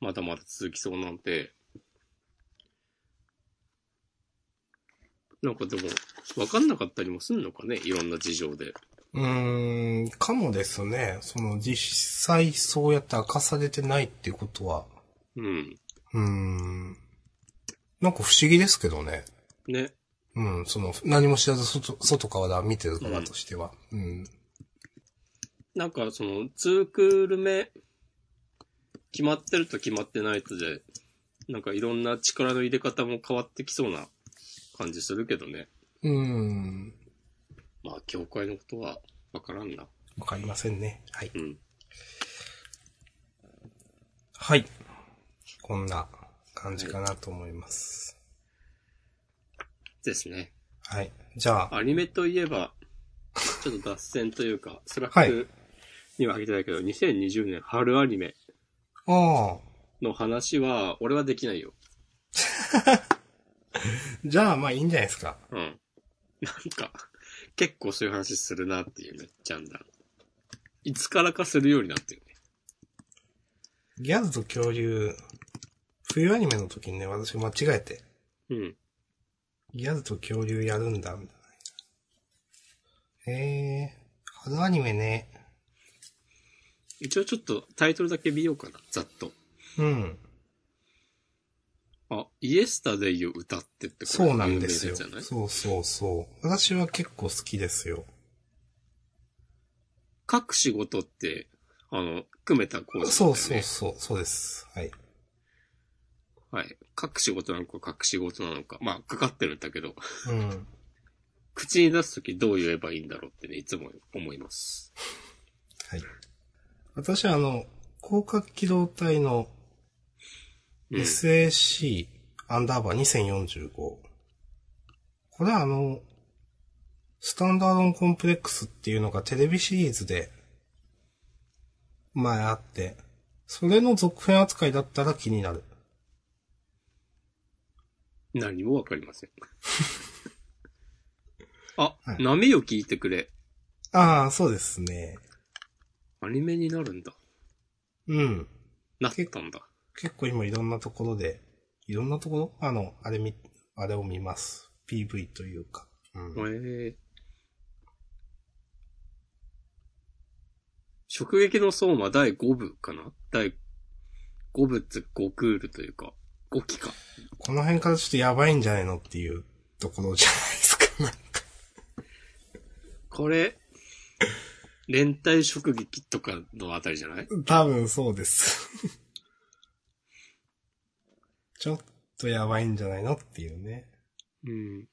B: まだまだ続きそうなんで、なんかでも、わかんなかったりもすんのかねいろんな事情で。
A: うーん、かもですね。その、実際そうやって明かされてないっていうことは、
B: うん。
A: うーん。なんか不思議ですけどね。
B: ね。
A: うん、その、何も知らず外、外から見てる側としては。うん。
B: なんかその、2クール目、決まってると決まってないとで、なんかいろんな力の入れ方も変わってきそうな感じするけどね。
A: うん。
B: まあ、教会のことはわからんな。
A: わかりませんね。はい。
B: うん。
A: はい。こんな感じかなと思います。
B: ですね。
A: はい。じゃあ、
B: アニメといえば、ちょっと脱線というか、スラ
A: は
B: ッ
A: い
B: クには入ってないけど、2020年春アニメ
A: ああ。
B: の話は、俺はできないよ。
A: じゃあ、まあいいんじゃないですか。
B: うん。なんか、結構そういう話するなっていうね、ジャンダン。いつからかするようになってるね。
A: ギャルと恐竜、冬アニメの時にね、私間違えて、
B: うん。
A: ギャルと恐竜やるんだ、みたいな。ええー、春アニメね。
B: 一応ちょっとタイトルだけ見ようかな、ざっと。
A: うん。
B: あ、イエスタデイを歌ってってこれ
A: そうなんですよ
B: 有。名なやつじゃ
A: そ
B: ない
A: うそうそう。私は結構好きですよ。
B: 各仕事って、あの、組めた工事、ね。
A: そうそうそう、そうです。はい。
B: はい。書く仕事なのか書く仕事なのか。まあ、かかってるんだけど、
A: うん。
B: 口に出すときどう言えばいいんだろうってね、いつも思います。
A: はい。私はあの、広角機動隊の
B: うん。
A: SAC アンダーバー2045。これはあの、スタンダードンコンプレックスっていうのがテレビシリーズで前あって、それの続編扱いだったら気になる。
B: 何もわかりま せん。あ、
A: はい
B: 波よ聞いてくれ。
A: ああ、そうですね。
B: アニメになるんだ。
A: うん。
B: なったんだ。
A: 結構今いろんなところで、いろんなところあの、あれみ、あれを見ます。PV というか。うん
B: へえー。直撃の相馬第5部かな第5部って5クールというか、5期か。
A: この辺からちょっとやばいんじゃないのっていうところじゃないですか。なんか
B: これ、連帯職撃とかのあたりじゃない
A: 多分そうです。 ちょっとやばいんじゃないのっていうね。
B: うん。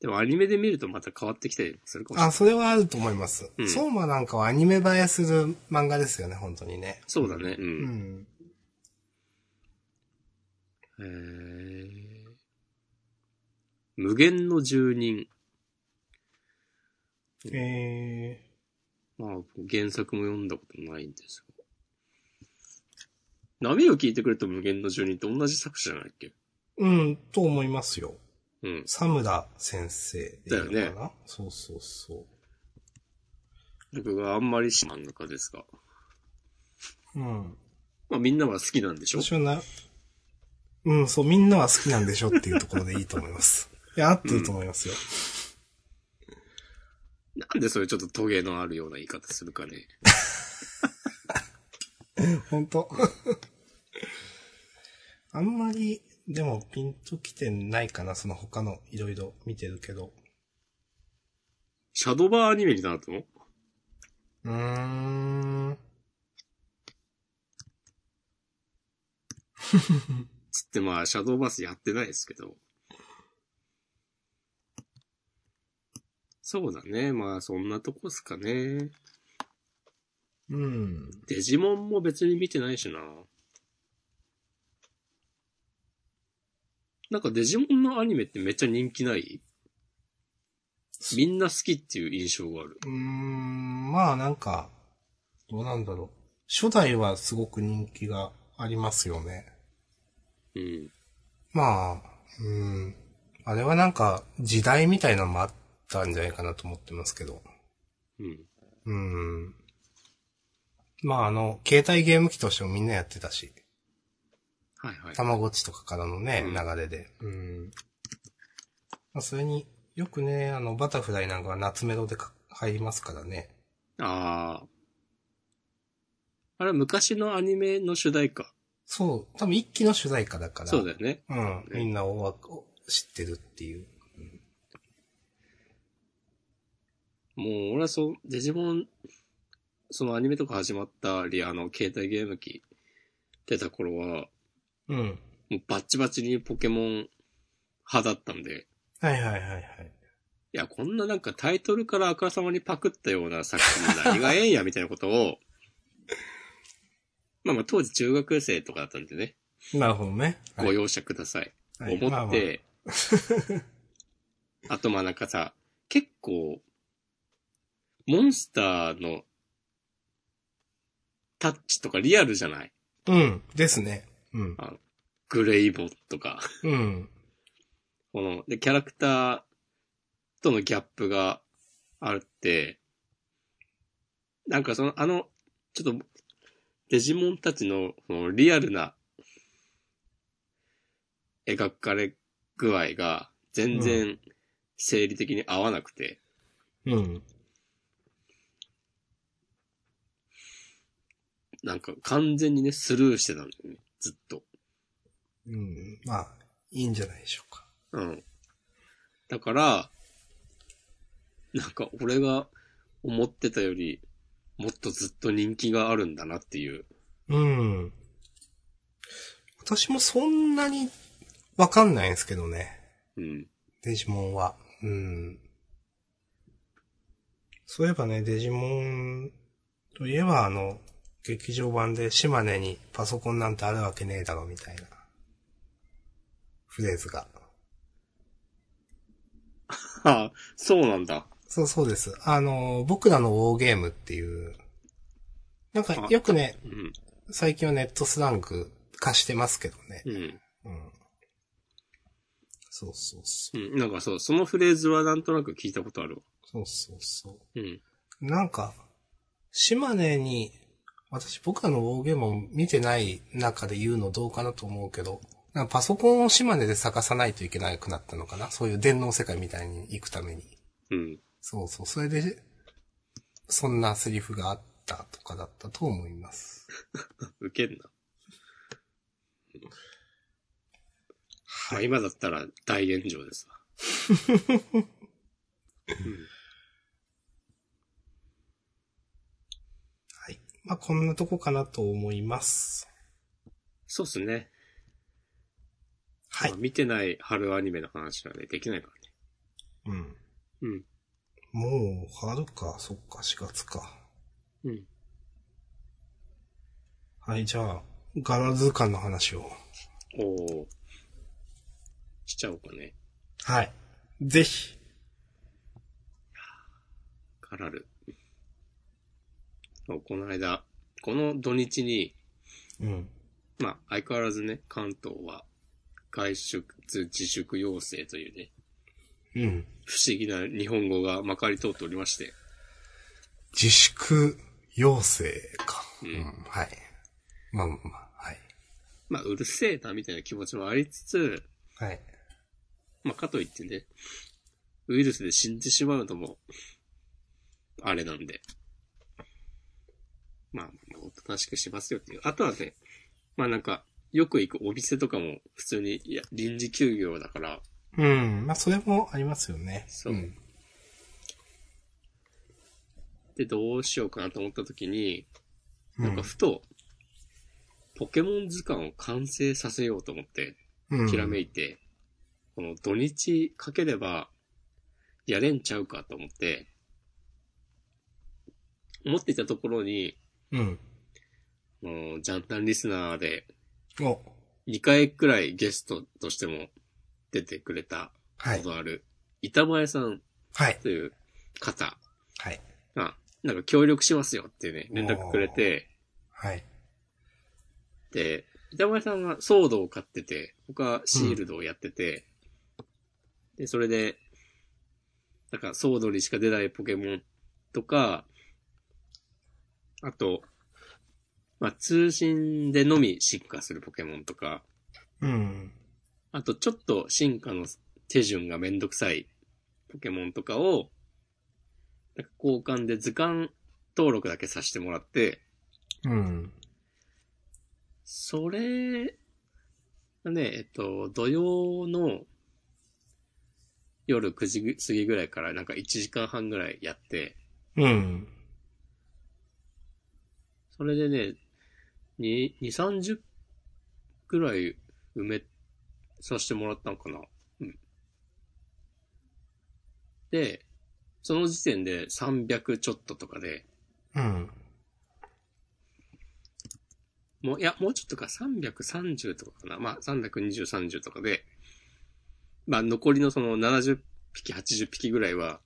B: でもアニメで見るとまた変わってきたりするかもしれない
A: あ、。それはあると思います。
B: うん
A: 相馬なんかはアニメ映えする漫画ですよね、本当にね。
B: そうだね。う。
A: うんん。
B: へえ無限の住人。
A: え
B: まあ、原作も読んだことないんですが。波を聞いてくれと無限の住人って同じ作者じゃないっけ
A: ー、うん、と思いますよ。
B: うん。
A: サムラ先生でいいのかな
B: だよ
A: そうそうそ
B: 僕があんまり知らん漫画家ですが。
A: う。うん。
B: まあみんなは好きなんでしょ
A: 私はな、うん、そう、みんなは好きなんでしょっていうところでいいと思います。 いや、合ってると思いますよ。
B: なんでそういうちょっとトゲのあるような言い方するかね。
A: 本当 あんまり、でもピンときてないかな、その他のいろいろ見てるけど。
B: シャドバーアニメになる
A: う
B: の
A: ーん。
B: つってまあ、シャドーバースやってないですけど。そうだね。まあ、そんなとこっすかね。
A: うん。
B: デジモンも別に見てないしな。なんかデジモンのアニメってめっちゃ人気ないみんな好きっていう印象がある。
A: うーん、まあなんか、どうなんだろう。初代はすごく人気がありますよね。
B: うん。
A: まあ、うん。あれはなんか、時代みたいなのもあったんじゃないかなと思ってますけど。
B: うん。
A: うん。まああの、携帯ゲーム機としてもみんなやってたし。
B: はいはい。
A: たまごっちとかからのね、
B: うん
A: 流れで。うん。まあ、それに、よくね、あの、バタフライなんかは夏メロでか入りますからね。
B: ああ。あれは昔のアニメの主題歌。
A: そう、多分一期の主題歌だから。
B: そうだよね。
A: うん。
B: ね
A: みんな大枠を知ってるっていう。
B: もう、俺はそう、デジモン、そのアニメとか始まったり、あの、携帯ゲーム機出た頃は、
A: うん。
B: もうバッチバチにポケモン派だったんで、
A: はいはいはいはい。
B: いや、こんななんかタイトルからあからさまにパクったような作品何がええんや、みたいなことを、 まあまあ当時中学生とかだったんでね、
A: なるほどね。はい
B: ご容赦ください。
A: はい
B: 思って、
A: まあまあ
B: あとまあなんかさ、結構、モンスターのタッチとかリアルじゃない
A: うん。ですね。うん。
B: グレイボとか。
A: うん。
B: この、で、キャラクターとのギャップがあるって、なんかその、あの、ちょっと、デジモンたちの、そのリアルな、描かれ具合が、全
A: う
B: 然、生理的に合わなくて、
A: うん。
B: なんか完全にね、スルーしてたんだよね、ずっと。
A: うん。まあ、いいんじゃないでしょうか。
B: うん。だから、なんか俺が思ってたより、もっとずっと人気があるんだなっていう。
A: うん。私もそんなにわかんないんですけどね。
B: うん。
A: デジモンは。うん。そういえばね、デジモンといえばあの、劇場版で島根にパソコンなんてあるわけねえだろみたいな。フレーズが。
B: あ、そうなんだ。
A: そうそうです。あの、僕らのウォーゲームっていう。なんかよくね、
B: うん。
A: 最近はネットスラング化してますけどね。
B: うん。
A: うん。そうそうそ
B: うん。なんかそう、そのフレーズはなんとなく聞いたことあるわ。
A: う。そうそうそう。
B: うん。
A: なんか、島根に、私僕らの大ゲームを見てない中で言うのどうかなと思うけど、なんかパソコンを島根で探さないといけなくなったのかなそういう電脳世界みたいに行くために。
B: うん。
A: そうそう。それで、そんなセリフがあったとかだったと思います。
B: 受けんな。まあ
A: はい。
B: 今だったら大炎上 ですわ。
A: はい。まあ、こんなとこかなと思います。
B: そうっすね。
A: はい
B: まあ。見てない春アニメの話はね、できないからね。
A: うん。
B: うん。
A: もう、春か、そっか、4月か。
B: うん。
A: はい、じゃあ、柄図鑑の話を。
B: おーしちゃおうかね。
A: はい。ぜひ。
B: カラル。そうこの間、この土日に、
A: うん。
B: まあ、相変わらずね、関東は、外出自粛要請というね、
A: うん。
B: 不思議な日本語がまかり通っておりまして、
A: 自粛要請か。
B: う
A: うんん。はい。まあまあまあ、はい。
B: まあ、うるせえなみたいな気持ちもありつつ、
A: はい。
B: まあ、かといってね、ウイルスで死んでしまうのも、あれなんで。まあ、おとなしくしますよっていう。あとはね、まあなんか、よく行くお店とかも、普通に、いや、臨時休業だから、
A: うん。まあ、それもありますよね。
B: そう
A: うん。
B: で、どうしようかなと思った時に、
A: う
B: なんか
A: ん。
B: ふと、ポケモン図鑑を完成させようと思って、
A: うん
B: ひらめいて、この土日かければ、やれんちゃうかと思って、思っていたところに、
A: うん。
B: あのジャンタンリスナーで、
A: お。
B: 2回くらいゲストとしても出てくれた
A: は
B: こ
A: い。
B: とある、板前さん
A: はい。
B: という方
A: はい。
B: が、なんか協力しますよっていうね、連絡くれて、
A: はい。
B: で、板前さんはソードを買ってて、僕はシールドをやってて、で、それで、なんかソードにしか出ないポケモンとか、あと、まあ、通信でのみ進化するポケモンとか、
A: うん。
B: あとちょっと進化の手順がめんどくさいポケモンとかを、なんか交換で図鑑登録だけさせてもらって、
A: うん。
B: それ、ね、えっと、土曜の夜9時過ぎぐらいからなんか1時間半ぐらいやって、
A: うん。
B: それでね、に2、30ぐらい埋めさせてもらったのかな。うん。で、その時点で300ちょっととかで、
A: うん。
B: もう、いや、もうちょっとか、330とかかな。まあ、320、30とかで、まあ、残りのその70匹、80匹ぐらいは、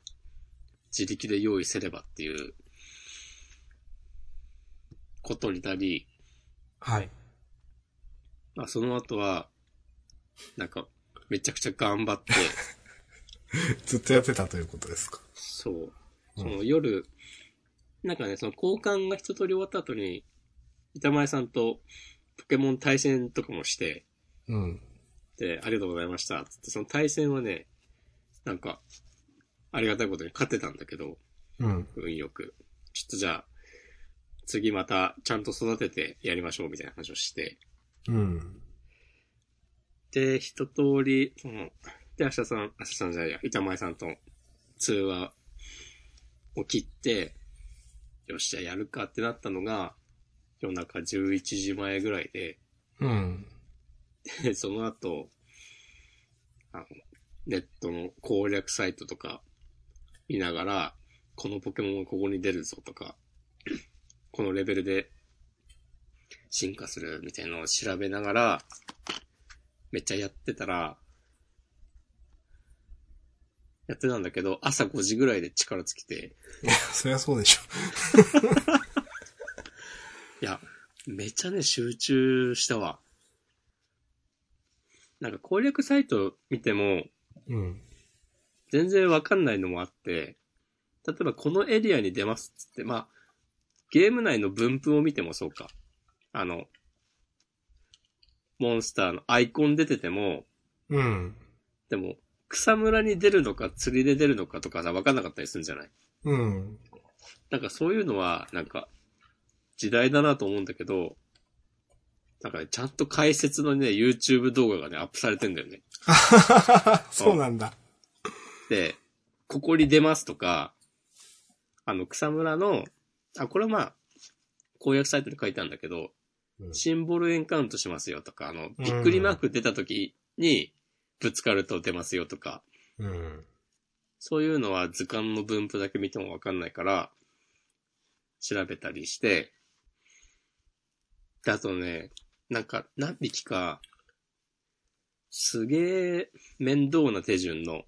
B: 自力で用意せればっていう、ことになり、
A: はい。
B: まあ、その後は、なんか、めちゃくちゃ頑張って、
A: ずっとやってたということですか。
B: そう。
A: うん
B: その夜、なんかね、その交換が一通り終わった後に、板前さんとポケモン対戦とかもして、
A: うん。
B: で、ありがとうございました。つって、その対戦はね、なんか、ありがたいことに勝ってたんだけど、
A: うん。
B: 運よく。ちょっとじゃあ、次またちゃんと育ててやりましょうみたいな話をして。
A: うん。
B: で、一通り、その、で、明日さん、明日さんじゃないや、板前さんと通話を切って、よし、じゃあやるかってなったのが、夜中11時前ぐらいで、
A: うん。
B: で、その後、あの、ネットの攻略サイトとか見ながら、このポケモンはここに出るぞとか、このレベルで進化するみたいなのを調べながら、めっちゃやってたら、やってたんだけど、朝5時ぐらいで力尽きて、
A: そりゃそうでしょ。
B: いや、めちゃね、集中したわ。なんか攻略サイト見ても、
A: うん。
B: 全然わかんないのもあって、例えばこのエリアに出ますっつって、まあ、ゲーム内の分布を見てもそうか。あの、モンスターのアイコン出てても、
A: うん。
B: でも、草むらに出るのか釣りで出るのかとかさ、わかんなかったりするんじゃない
A: うん。
B: なんかそういうのは、なんか、時代だなと思うんだけど、なんかね、ちゃんと解説のね、YouTube 動画がね、アップされてんだよね。
A: そうなんだ。
B: で、ここに出ますとか、あの、草むらの、あ、これはまあ、公約サイトに書いてあるんだけど、シンボルエンカウントしますよとか、あの、びっくりマーク出た時にぶつかると出ますよとか、
A: うん。
B: そういうのは図鑑の分布だけ見てもわかんないから、調べたりして、で、あとね、なんか何匹か、すげえ面倒な手順の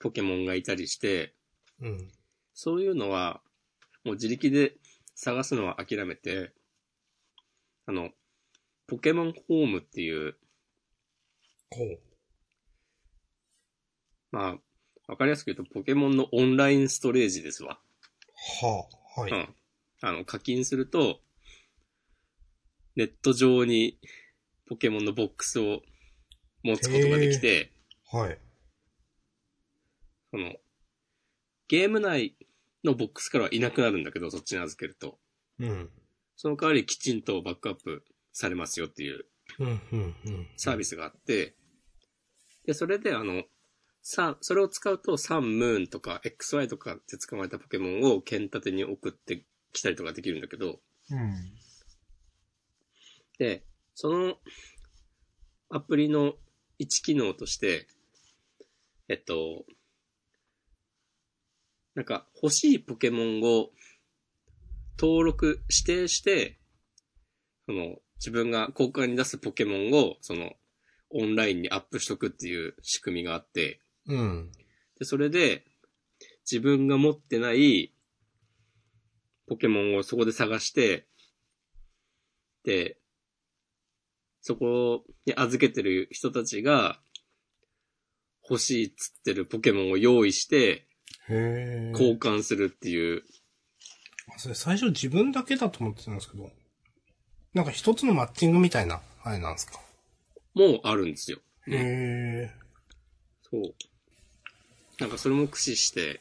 B: ポケモンがいたりして、
A: うん。
B: そういうのは、もう自力で探すのは諦めて、あの、ポケモンホームっていう、
A: ほう。
B: まあ、わかりやすく言うと、ポケモンのオンラインストレージですわ。
A: はあ、はい。
B: うん。あの、課金すると、ネット上にポケモンのボックスを持つことができて、
A: はい。
B: その、ゲーム内のボックスからはいなくなるんだけど、そっちに預けると。
A: うん。
B: その代わりきちんとバックアップされますよっていう
A: うん、うん、うん。
B: サービスがあって、で、それであの、さ、それを使うとサン、ムーンとか XY とかって捕まえたポケモンを剣盾に送ってきたりとかできるんだけど、
A: うん。
B: で、そのアプリの一機能として、えっと、なんか欲しいポケモンを登録、指定して、その自分が交換に出すポケモンをそのオンラインにアップしとくっていう仕組みがあって、
A: うん。
B: で、それで自分が持ってないポケモンをそこで探して、で、そこに預けてる人たちが欲しいっつってるポケモンを用意して
A: へえ。
B: 交換するっていう、
A: それ最初自分だけだと思ってたんですけど、なんか一つのマッチングみたいな、あれなんですか。
B: もあるんですよ。
A: へえ。
B: そう。なんかそれも駆使して、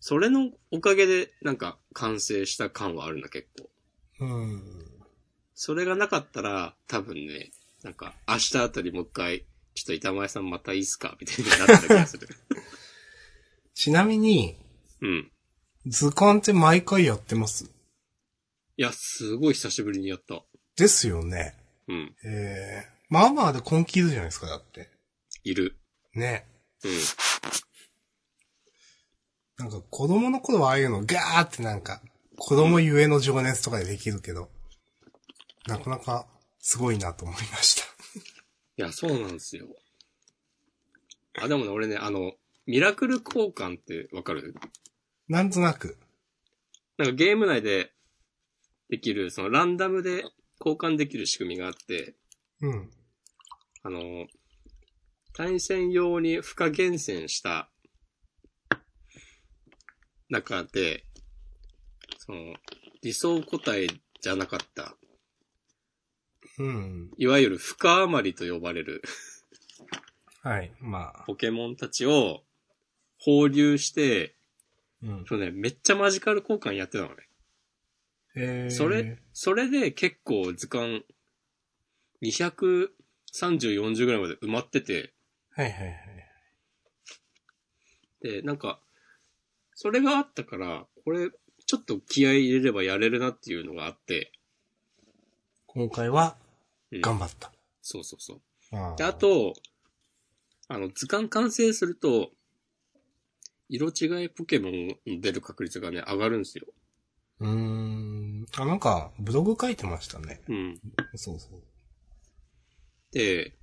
B: それのおかげでなんか完成した感はあるな、結構。
A: うん。
B: それがなかったら、多分ね、なんか、明日あたりもう一回、ちょっと板前さんまたいいっすかみたいになってた気がする。
A: ちなみに、
B: うん。
A: 図鑑って毎回やってます。
B: いや、すごい久しぶりにやった。
A: ですよね。
B: うん。
A: ええ。まあまあで根気いるじゃないですか、だって。
B: いる。
A: ね。
B: うん。
A: なんか子供の頃はああいうのガーってなんか、子供ゆえの情熱とかでできるけど、なかなかすごいなと思いました。
B: いや、そうなんですよ。あ、でもね、俺ね、あの、ミラクル交換ってわかる
A: なんとなく。
B: なんかゲーム内でできる、そのランダムで交換できる仕組みがあって、
A: うん。
B: あの、対戦用に負荷厳選した中で、その、理想個体じゃなかった、
A: うん。
B: いわゆる負荷余りと呼ばれる
A: はい。まあ。
B: ポケモンたちを放流して、
A: うん。
B: そうね、めっちゃマジカル交換やってたのね。
A: えー
B: それ、それで結構図鑑230、40ぐらいまで埋まってて、
A: はいはいはい。
B: で、なんか、それがあったから、これ、ちょっと気合い入れればやれるなっていうのがあって、
A: 今回は
B: うん
A: 頑張った。
B: そうそうそう。
A: あ
B: で、あ、と、あの、図鑑完成すると、色違いポケモンの出る確率がね、上がるんですよ。
A: うーん。あ、なんか、ブログ書いてましたね。
B: うん。
A: そうそう。
B: で、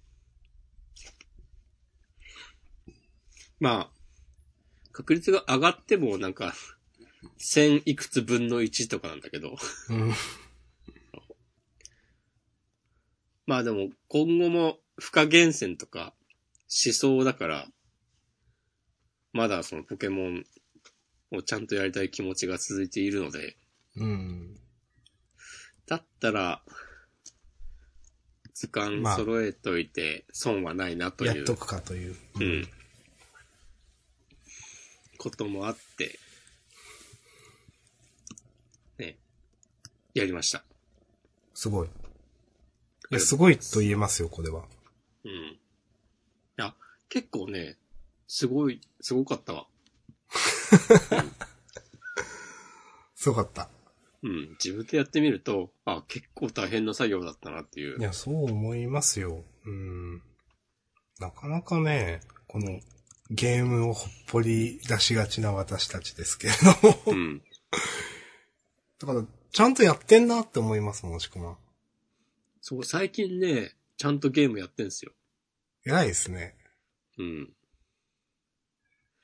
B: まあ、確率が上がってもなんか、1000いくつ分の1とかなんだけど。
A: うん。
B: まあでも、今後も、不可厳選とか、しそうだから、まだそのポケモンをちゃんとやりたい気持ちが続いているので、
A: うん。
B: だったら、図鑑
A: まあ
B: 揃えといて損はないなと
A: や
B: い
A: っ
B: う、
A: とくかという。
B: うん。こともあって、ね、やりました。
A: すごい。いや、すごいと言えますよ、これは。
B: うん。いや、結構ね、すごい、すごかったわ。
A: すごかった。
B: うん。自分でやってみると、あ、結構大変な作業だったなっていう。
A: いや、そう思いますよ。うん。なかなかね、この、ゲームをほっぽり出しがちな私たちですけれど も。
B: うん。
A: だから、ちゃんとやってんなって思います、もしくは。
B: そう、最近ね、ちゃんとゲームやってんすよ。
A: 偉いですね。
B: うん。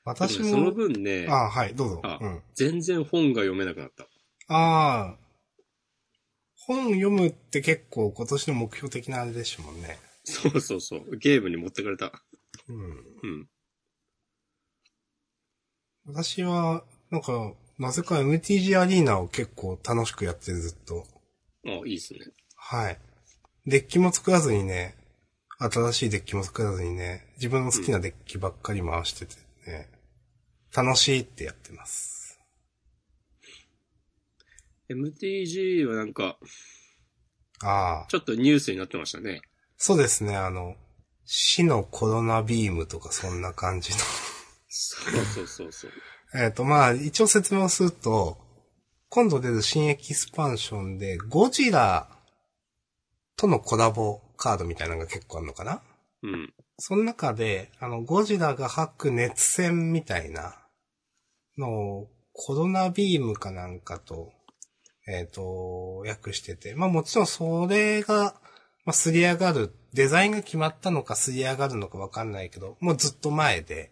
A: 私
B: でねその
A: も、
B: 分ね、
A: ああ、はい、どうぞ。
B: あ
A: うん。
B: 全然本が読めなくなった。
A: ああ、本読むって結構今年の目標的なあれですもんね。
B: そうそうそう。ゲームに持ってかれた。
A: うん。
B: うん。
A: 私は、なんか、なぜか MTG アリーナを結構楽しくやってるずっと。
B: あ、いいですね。
A: はい。デッキも作らずにね、新しいデッキも作らずにね、自分の好きなデッキばっかり回しててね、楽しいってやってます。
B: MTG はなんか、
A: ああ、
B: ちょっとニュースになってましたね。
A: そうですね、あの、死のコロナビームとかそんな感じの。
B: そうそうそうそう。
A: えっ、と、まあ、一応説明をすると、今度出る新エキスパンションで、ゴジラとのコラボカードみたいなのが結構あるのかな
B: うん。
A: その中で、あの、ゴジラが吐く熱線みたいなのを、コロナビームかなんかと、えっ、と、訳してて。まあもちろんそれが、まあ、すり上がる、デザインが決まったのかすり上がるのかわかんないけど、もうずっと前で、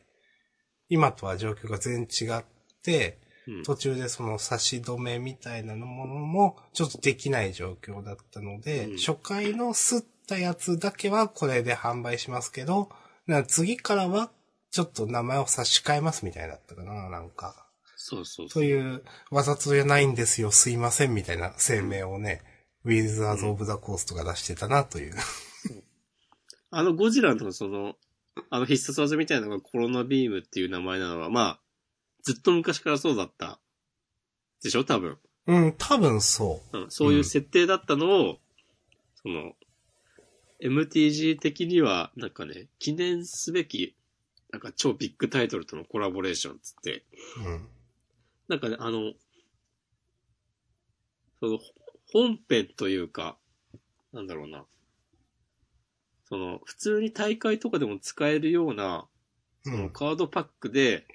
A: 今とは状況が全然違って、
B: うん。
A: 途中でその差し止めみたいなものもちょっとできない状況だったので、
B: うん
A: 初回の吸ったやつだけはこれで販売しますけど、なんか次からはちょっと名前を差し替えますみたいだったかな、なんか。
B: そうそうそう。
A: そういう、わざとじゃないんですよ、すいませんみたいな声明をね、ウィズ・アーズ・オブ・ザ・コースとか出してたなという。
B: あのゴジラのその、あの必殺技みたいなのがコロナビームっていう名前なのは、まあ、ずっと昔からそうだった。でしょ多分。
A: うん、多分そ
B: うん。そういう設定だったのを、その、MTG 的には、なんかね、記念すべき、なんか超ビッグタイトルとのコラボレーションっつって、
A: う。うん。
B: なんかね、あの、その、本編というか、なんだろうな。その、普通に大会とかでも使えるような、
A: う
B: その
A: ん。
B: カードパックで、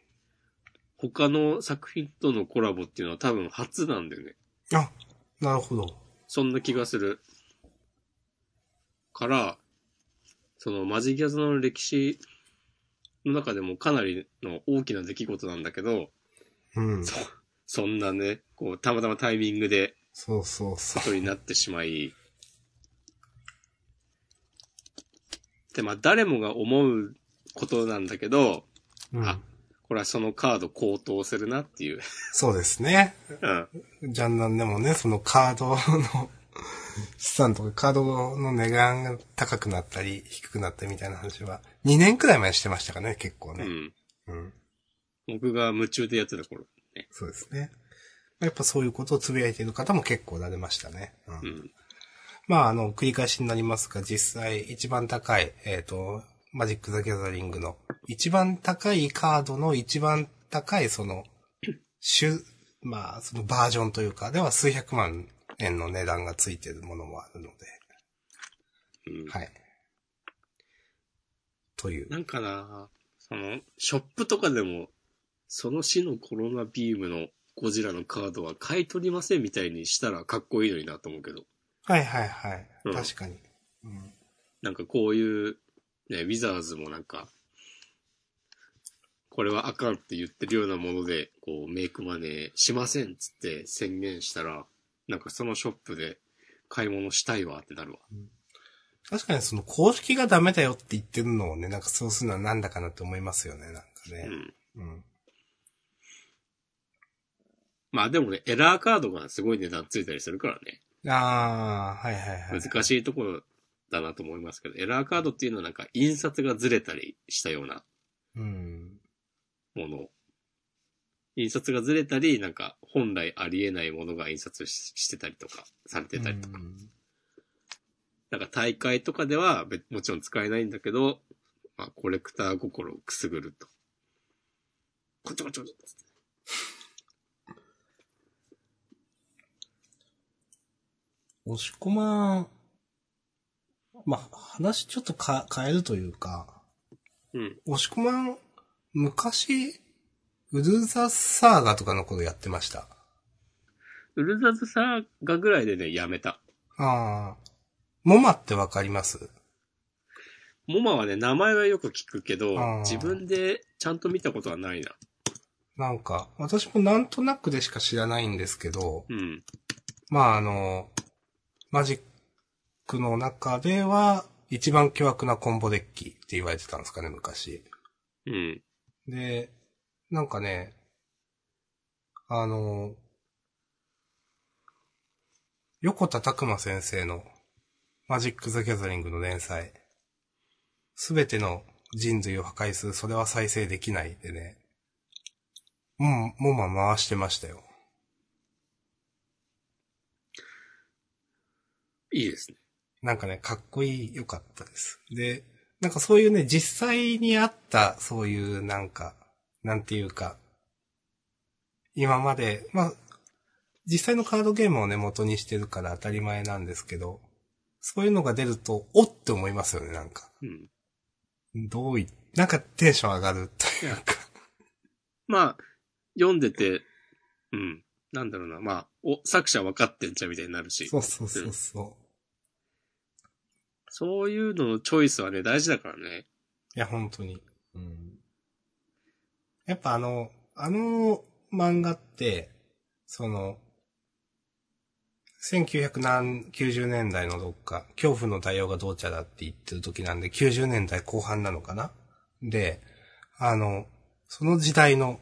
B: 他の作品とのコラボっていうのは多分初なんだよね。
A: あ、なるほど。
B: そんな気がする。から、そのマジギャズの歴史の中でもかなりの大きな出来事なんだけど、
A: うん。
B: そそんなね、こう、たまたまタイミングで
A: そうそうそう。
B: ことになってしまい、で、まあ、誰もが思うことなんだけど、
A: うん
B: あ。これはそのカード高騰するなっていう。
A: そうですね。
B: うん。
A: ジャンダンでもね、その カードの資産とかカードの値段が高くなったり低くなったりみたいな話は2年くらい前にしてましたかね、結構
B: う
A: ね。
B: ん。
A: うん。
B: 僕が夢中でやってた頃。
A: そうですね。やっぱそういうことをつぶやいている方も結構おられましたね。うん。
B: うん。
A: まあ、あの、繰り返しになりますが、実際一番高い、えっ、と、マジック・ザ・ギャザリングの一番高いカードの一番高いその、種、まあ、そのバージョンというか、では数百万円の値段がついてるものもあるので、
B: うん
A: はい。という。
B: なんかな、その、ショップとかでも、その死のコロナビームのゴジラのカードは買い取りませんみたいにしたらかっこいいのになと思うけど。
A: はいはいはい。
B: うん
A: 確かに。うん
B: なんかこういう、ね、ウィザーズもなんか、これはあかんって言ってるようなもので、こう、メイクマネーしませんっつって宣言したら、なんかそのショップで買い物したいわってなるわ。
A: 確かにその公式がダメだよって言ってるのをね、なんかそうするのはなんだかなって思いますよね、なんか
B: う
A: ね。
B: ん。
A: うん。
B: まあでもね、エラーカードがすごい値段ついたりするからね。
A: ああ、はいはいはい。
B: 難しいところだなと思いますけど、エラーカードっていうのはなんか印刷がずれたりしたような
A: うん。
B: もの。印刷がずれたり、なんか本来ありえないものが印刷ししてたりとか、されてたりとか。
A: うん
B: なんか大会とかではべもちろん使えないんだけど、まあコレクター心をくすぐると。こちょこちょこちょっつって
A: 押し込まん、まあ、話ちょっとか変えるというか、
B: うん。
A: 押し込まん、昔、ウルザサーガとかの頃やってました。
B: ウルザズサーガぐらいでね、やめた。
A: ああ。モマってわかります
B: モマはね、名前はよく聞くけど
A: あー、
B: 自分でちゃんと見たことはないな。
A: なんか、私もなんとなくでしか知らないんですけど、
B: うん。
A: まああの、マジックの中では、一番巨悪なコンボデッキって言われてたんですかね、昔。
B: うん。
A: で、なんかね、あの、横田拓馬先生のマジック・ザ・ギャザリングの連載、すべての人類を破壊する、それは再生できないでね、うん、もま回してましたよ。
B: いいですね。
A: なんかね、かっこいい、良かったです。で、なんかそういうね、実際にあった、そういうなんか、なんていうか、今まで、まあ、実際のカードゲームをね、元にしてるから当たり前なんですけど、そういうのが出ると、おって思いますよね、なんか。
B: うん。
A: どうい、なんかテンション上がるというか。
B: まあ、読んでて、うん。なんだろうな。まあ、お、作者分かってんちゃみたいになるし。
A: そうそうそうそ
B: そういうののチョイスはね、大事だからね。
A: う。いや、本当に。うん、やっぱあの、あの漫画って、その、1990年代のどっか、恐怖の対応がどうちゃだって言ってる時なんで、90年代後半なのかなで、あの、その時代の、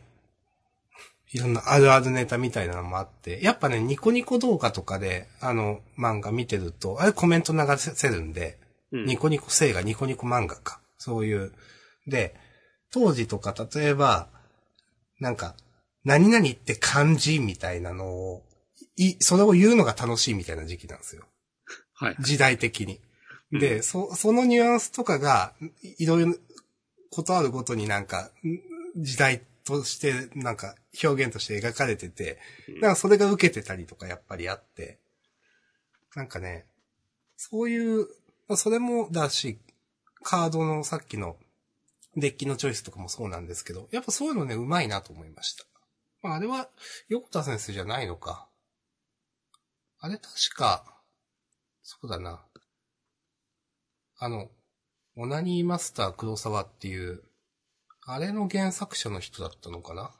A: いろんなあるあるネタみたいなのもあって、やっぱね、ニコニコ動画とかで、あの、漫画見てると、あれコメント流せるんで、
B: うん。
A: ニコニコ生がニコニコ漫画か。そういう。で、当時とか例えば、なんか、何々って漢字みたいなのを、い、それを言うのが楽しいみたいな時期なんですよ。
B: はい。
A: 時代的に。で、そ、そのニュアンスとかが、いいろいろ、ことあるごとになんか、ん時代として、なんか、表現として描かれてて、
B: うん
A: なんかそれが受けてたりとかやっぱりあって、なんかね、そういう、まあそれもだし、カードのさっきのデッキのチョイスとかもそうなんですけど、やっぱそういうのね、うまいなと思いました。まああれは、横田先生じゃないのか。あれ確か、そうだな。あの、オナニーマスター黒沢っていう、あれの原作者の人だったのかな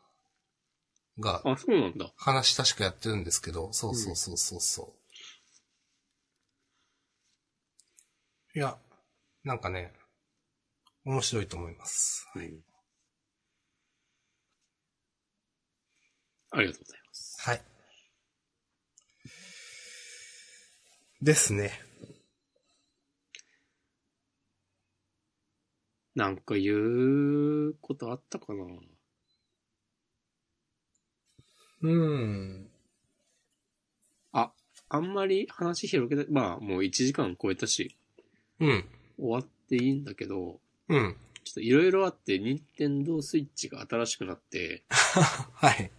A: が、
B: あ、そうなんだ。
A: 話確かやってるんですけど、そうそうそうそうそう。いや、なんかね、面白いと思います。
B: うん。ありがとうございます。
A: はい。ですね。
B: なんか言うことあったかな
A: うん。
B: あんまり話広げて、まあもう1時間超えたし、
A: うん。
B: 終わっていいんだけど、
A: うん。
B: ちょっといろいろあって、任天堂スイッチが新しくなって、
A: はい。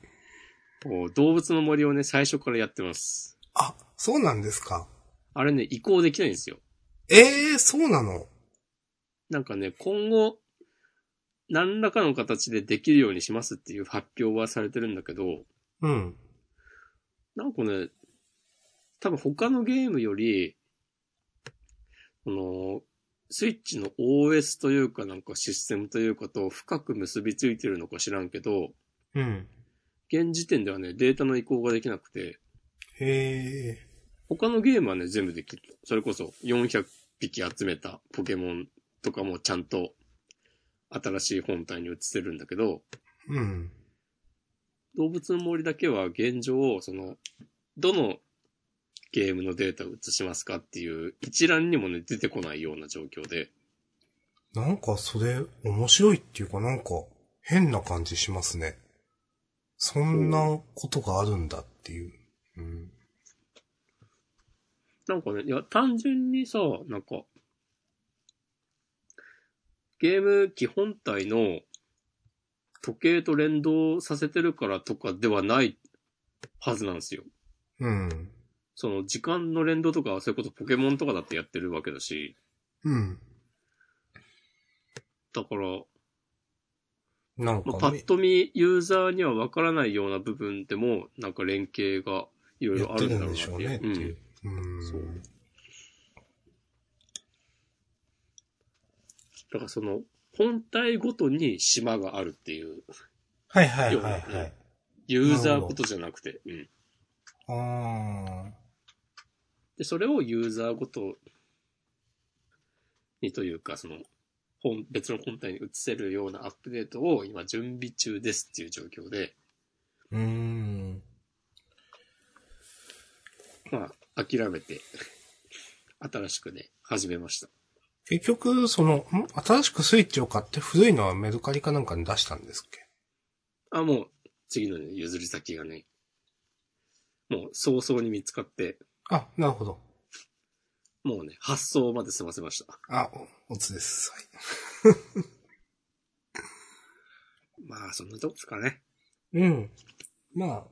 B: こう動物の森をね、最初からやってます。
A: あ、そうなんですか。
B: あれね、移行できないんですよ。
A: ええそうなの
B: なんかね、今後、何らかの形でできるようにしますっていう発表はされてるんだけど、
A: うん。
B: なんかね、多分他のゲームより、この、スイッチの OS というかなんかシステムというかと深く結びついてるのか知らんけど、
A: うん。
B: 現時点ではね、データの移行ができなくて、
A: へえ。
B: 他のゲームはね、全部できる。それこそ400匹集めたポケモンとかもちゃんと新しい本体に移せるんだけど、
A: うん。
B: 動物の森だけは現状、その、どのゲームのデータを移しますかっていう一覧にもね、出てこないような状況で。
A: なんかそれ面白いっていうかなんか変な感じしますね。そんなことがあるんだっていう。うん。
B: なんかね、いや、単純にさ、なんか、ゲーム機本体の時計と連動させてるからとかではないはずなんですよ。
A: うん。
B: その時間の連動とか、それこそポケモンとかだってやってるわけだし、
A: うん。
B: だから、
A: なん
B: まあ、
A: か
B: パ
A: め
B: ッと見ユーザーにはわからないような部分でも、なんか連携がいろい
A: や
B: ろあ
A: って
B: るん
A: る
B: だろうんなっ
A: で
B: て
A: しょう
B: い
A: ね
B: う
A: っていう。うん。
B: そうだからその、本体ごとに島があるっていう、
A: はいはいはいはい。
B: ユーザーごとじゃなくて、うん。
A: ああ。
B: で、それをユーザーごとにというか、その、本、別の本体に移せるようなアップデートを今準備中ですっていう状況で、
A: うーん。
B: まあ、諦めて、 新しくね、始めました。
A: 結局、その、ん新しくスイッチを買って古いのはメルカリかなんかに出したんですっけ
B: あ、もう、次の、ね、譲り先がね、もう早々に見つかって、
A: あ、なるほど。
B: もうね、発送まで済ませました。
A: あ、おおつです。はい。
B: まあ、そんなとこですかね。
A: うん。まあ、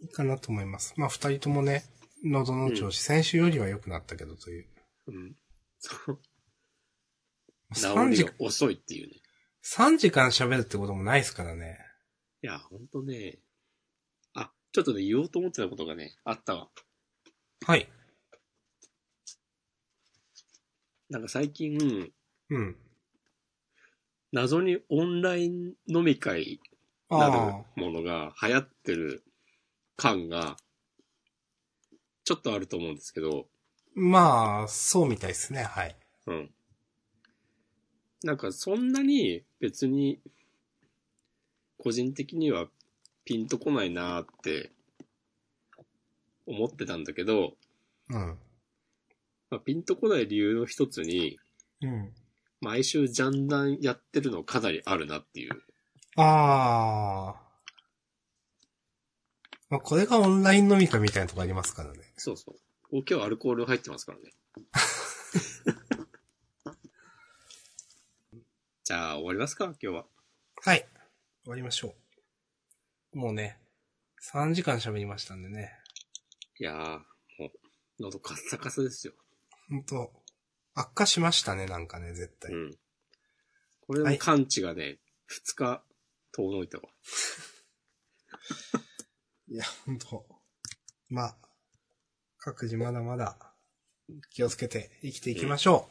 A: いいかなと思います。まあ、二人ともね、喉の調子、先週よりは良くなったけどという。
B: うん。そう。
A: 3
B: 治
A: 時
B: りが、遅いっていうね。
A: 三時間喋るってこともないですからね。
B: いや、ほんとね。あ、ちょっとね、言おうと思ってたことがね、あったわ。
A: はい。
B: なんか最近、
A: うん。
B: 謎にオンライン飲み会なる
A: あ
B: ものが流行ってる感が、ちょっとあると思うんですけど、
A: あ。まあ、そうみたいですね。はい。
B: うん。なんかそんなに別に、個人的にはピンとこないなーって思ってたんだけど、
A: うん。
B: まあ、ピンとこない理由の一つに、
A: うん。
B: 毎週ジャンダンやってるのかなりあるなっていう。
A: ああ。まあ、これがオンライン飲み会みたいなとこありますからね。
B: そうそう。今日はアルコール入ってますからね。じゃあ終わりますか今日は。
A: はい。終わりましょう。もうね、3時間喋りましたんでね。
B: いやー、もう、喉カッサカサですよ。
A: ほんと、悪化しましたね、なんかね、絶対。
B: うん。これの感知がね、二日遠のいたわ。
A: いや、ほんと。まあ、各自まだまだ気をつけて生きていきましょ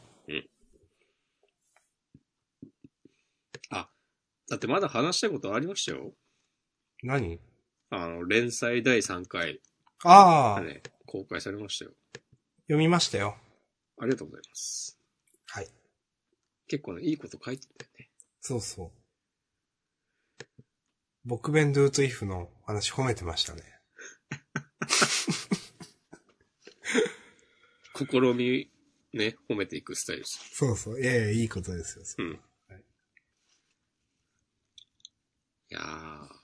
B: だってまだ話したいことありましたよ。
A: う。何
B: あの、連載第3回
A: ああ、
B: がね、公開されましたよ。
A: 読みましたよ。
B: ありがとうございます。
A: はい。
B: 結構ね、いいこと書いてたよね。
A: そうそう。僕弁ドゥートイフの話褒めてましたね。
B: 試み、ね、褒めていくスタイルです。
A: そうそう。いやいや、いいことですよ。
B: うん。
A: はい
B: い、やー。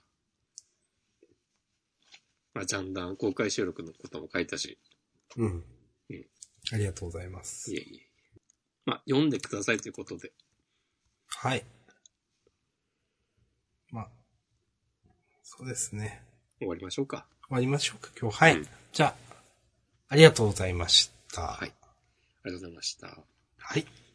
B: まあ、ジャンダン公開収録のことも書いたし、
A: うん
B: うん。
A: ありがとうございます
B: い。えいえ。まあ、読んでくださいということで。
A: はい。まあ、そうですね。
B: 終わりましょうか。
A: 終わりましょうか、今日。はい。
B: うん
A: じゃあ、ありがとうございました。
B: はいありがとうございました。
A: はい